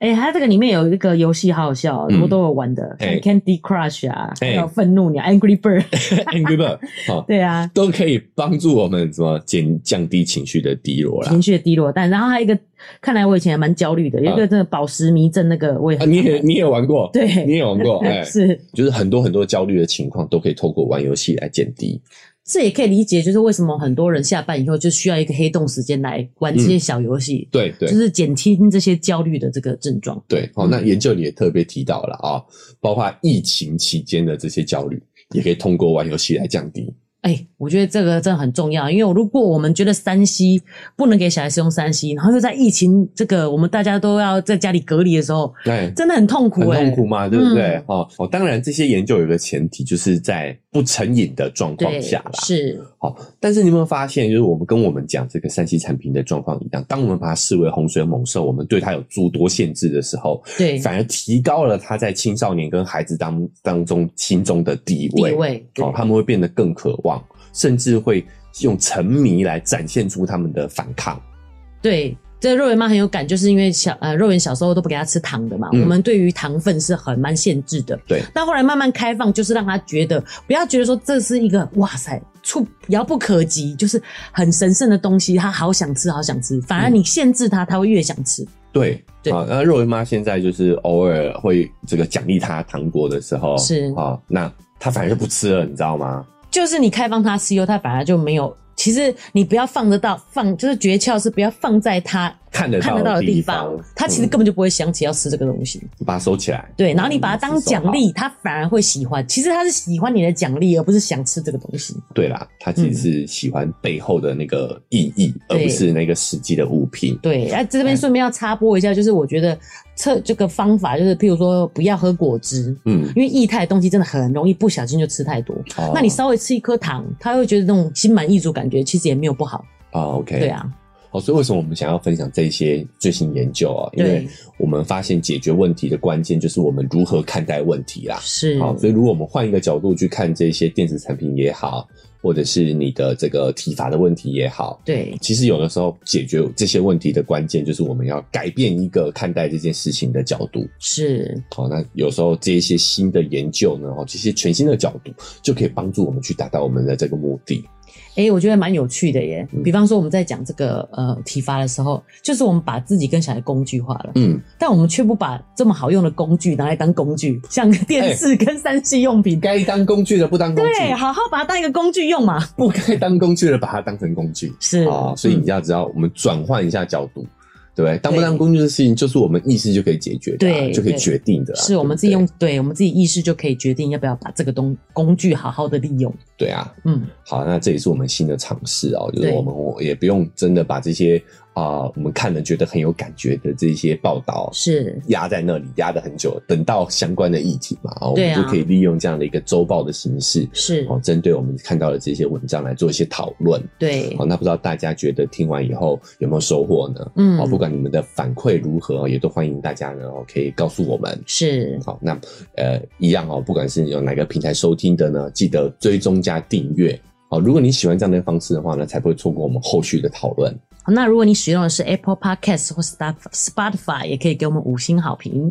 Speaker 1: 哎、它这个里面有一个游戏好好笑哦，
Speaker 2: 嗯
Speaker 1: 我都有玩的，
Speaker 2: 哎
Speaker 1: 看 Candy Crush 啊，
Speaker 2: 哎
Speaker 1: 还有愤怒鸟 Angry Bird，
Speaker 2: Angry Bird，好，
Speaker 1: 对
Speaker 2: (laughs)
Speaker 1: 啊，
Speaker 2: 都可以帮助我们怎么减降低情绪的低落啦
Speaker 1: 情。绪的低落。但然后还有一个，看来我以前还蛮焦虑的，有一个这个宝石迷阵那个我也
Speaker 2: 啊，
Speaker 1: 很
Speaker 2: 你也你也玩过，
Speaker 1: 对
Speaker 2: 你也玩
Speaker 1: (laughs)
Speaker 2: 过，哎、
Speaker 1: 是，
Speaker 2: 就是很多很多焦虑的情况都可以透过玩游戏来减低。
Speaker 1: 这也可以理解，就是为什么很多人下班以后就需要一个黑洞时间来玩这些小游戏，
Speaker 2: 对嗯对
Speaker 1: 就是减轻这些焦虑的这个症状。
Speaker 2: 对，哦，那研究里也特别提到了啊、包括疫情期间的这些焦虑，也可以通过玩游戏来降低。
Speaker 1: 哎、我觉得这个真的很重要，因为如果我们觉得三 C 不能给小孩使用三 C，然后又在疫情这个我们大家都要在家里隔离的时候，
Speaker 2: 哎，
Speaker 1: 真的很痛苦、
Speaker 2: 很
Speaker 1: 哎，
Speaker 2: 痛苦嘛，对不对
Speaker 1: 嗯？
Speaker 2: 哦哦，当然这些研究有个前提，就是在不成瘾的状况
Speaker 1: 哎对，
Speaker 2: 下啦。
Speaker 1: 是，
Speaker 2: 好，但是你有没有发现，就是我们跟我们讲这个三 C 产品的状况一样，当我们把它视为洪水猛兽，我们对它有诸多限制的时候，
Speaker 1: 对，
Speaker 2: 反而提高了它在青少年跟孩子当当中心中的地
Speaker 1: 地
Speaker 2: 位。
Speaker 1: 位，对
Speaker 2: 哦，他们会变得更渴望，甚至会用沉迷来展现出他们的反抗。
Speaker 1: 对，这肉圆妈很有感，就是因为小呃肉圆小时候都不给她吃糖的嘛，
Speaker 2: 嗯
Speaker 1: 我们对于糖分是很蛮限制的。
Speaker 2: 对，
Speaker 1: 但后来慢慢开放，就是让她觉得不要觉得说这是一个哇塞触遥不可及，就是很神圣的东西，她好想吃，好想吃。反
Speaker 2: 嗯
Speaker 1: 而你限制她，她会越想吃。
Speaker 2: 对，
Speaker 1: 对
Speaker 2: 啊，那肉圆妈现在就是偶尔会这个奖励她糖果的时候，
Speaker 1: 是
Speaker 2: 啊，那她反而就不吃了，你知道吗？
Speaker 1: 就是你开放她吃以后，她反而就没有。其实你不要放得到放，就是诀窍是不要放在她
Speaker 2: 看得
Speaker 1: 看得到
Speaker 2: 的
Speaker 1: 的地
Speaker 2: 方
Speaker 1: 方，，她其实根本就不会想起要吃这个东西。
Speaker 2: 嗯把它收起来。
Speaker 1: 对，然后你把它
Speaker 2: 嗯
Speaker 1: 当奖，
Speaker 2: 收好
Speaker 1: 励，他反而会喜欢。其实他是喜欢你的奖励，而不是想吃这个东西。
Speaker 2: 对啦，她其实是喜欢背后的那个意义，而
Speaker 1: 嗯对
Speaker 2: 不是那个实际的物品。
Speaker 1: 对，那、这
Speaker 2: 哎
Speaker 1: 边顺便要插播一下，就是我觉得测这个方法，就是譬如说不要喝果汁，
Speaker 2: 嗯，
Speaker 1: 因为液态的东西真的很容易不小心就吃太多。
Speaker 2: 哦
Speaker 1: 那你稍微吃一颗糖，他会觉得那种心满意足感觉，其实也没有不好。
Speaker 2: 哦，OK，
Speaker 1: 对，啊，
Speaker 2: 哦，所以为什么我们想要分享这些最新研究啊？因为
Speaker 1: 对
Speaker 2: 我们发现解决问题的关键就是我们如何看待问题啦。
Speaker 1: 是，
Speaker 2: 好，所以如果我们换一个角度去看这些电子产品也好，或者是你的这个体罚的问题也好，
Speaker 1: 对，
Speaker 2: 其实有的时候解决这些问题的关键就是我们要改变一个看待这件事情的角度。
Speaker 1: 是，
Speaker 2: 好，那有时候这一些新的研究呢，哦，这些全新的角度就可以帮助我们去达到我们的这个目的。
Speaker 1: 哎、我觉得蛮有趣的耶。
Speaker 2: 嗯
Speaker 1: 比方说我们在讲这个呃体罚的时候，就是我们把自己跟小孩工具化了。
Speaker 2: 嗯，
Speaker 1: 但我们却不把这么好用的工具拿来当工具，像电视跟三 C 用品。
Speaker 2: 该当工具的不哎当工具，
Speaker 1: 对，好好把它当一个工具用嘛。
Speaker 2: 不该当工具的把它当成工具。
Speaker 1: (laughs) 是嗯
Speaker 2: 啊、所以你要知道，我们转换一下角度，对不对？当不当工具的事情，就是我们意识就可以解决的啊、
Speaker 1: 对
Speaker 2: 就可以决定的啊、
Speaker 1: 是我们自己用，对我们自己意识就可以决定要不要把这个东工具好好的利用。
Speaker 2: 对不对。对啊，
Speaker 1: 嗯，
Speaker 2: 好，那这也是我们新的尝试哦，就是
Speaker 1: 对
Speaker 2: 我们我也不用真的把这些啊、我们看了觉得很有感觉的这些报道，
Speaker 1: 是
Speaker 2: 压在那里压得很久，等到相关的议题嘛，啊我
Speaker 1: 对
Speaker 2: 们
Speaker 1: 啊
Speaker 2: 就可以利用这样的一个周报的形式，
Speaker 1: 是，
Speaker 2: 哦，针对我们看到的这些文章来做一些讨论。哦
Speaker 1: 对
Speaker 2: 好，，那不知道大家觉得听完以后有没有收获呢？
Speaker 1: 嗯
Speaker 2: 好，，不管你们的反馈如何，也都欢迎大家呢哦可以告诉我们。
Speaker 1: 是，
Speaker 2: 好，那呃一样哦，不管是有哪个平台收听的呢，记得追踪加订阅。好，如果你喜欢这样的方式的话呢，才不会错过我们后续的讨论。
Speaker 1: 好那如果你使用的是 Apple Podcast 或 Star- Spotify，也可以给我们五星好评。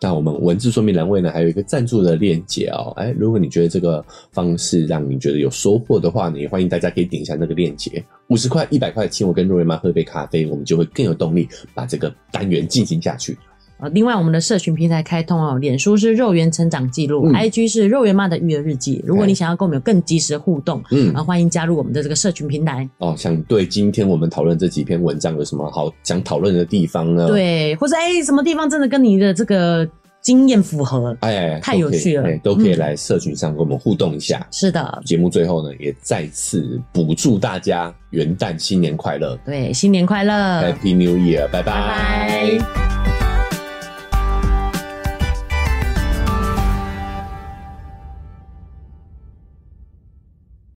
Speaker 2: 那我们文字说明栏位呢，还有一个赞助的链接哦。哎，如果你觉得这个方式让你觉得有收获的话呢，也欢迎大家可以点一下那个链接，五十块、一百块，请我跟若瑞妈喝杯咖啡，我们就会更有动力把这个单元进行下去。
Speaker 1: 呃，另外我们的社群平台开通哦，脸书是肉圆成长记录、
Speaker 2: 嗯
Speaker 1: i g 是肉圆妈的育儿日记。如果你想要跟我们有更及时的互动，
Speaker 2: 嗯
Speaker 1: 啊，，欢迎加入我们的这个社群平台。
Speaker 2: 哦，想对今天我们讨论这几篇文章有什么好想讨论的地方呢？，
Speaker 1: 对，或者哎、什么地方真的跟你的这个经验符合？
Speaker 2: 哎，
Speaker 1: 太有趣了
Speaker 2: 都可以哎都可以
Speaker 1: 嗯
Speaker 2: 来社群上跟我们互动一下。
Speaker 1: 是的，
Speaker 2: 节目最后呢，也再次补祝大家元旦新年快乐
Speaker 1: 对，新年快乐，
Speaker 2: ，Happy New Year，拜拜
Speaker 1: 嗯拜拜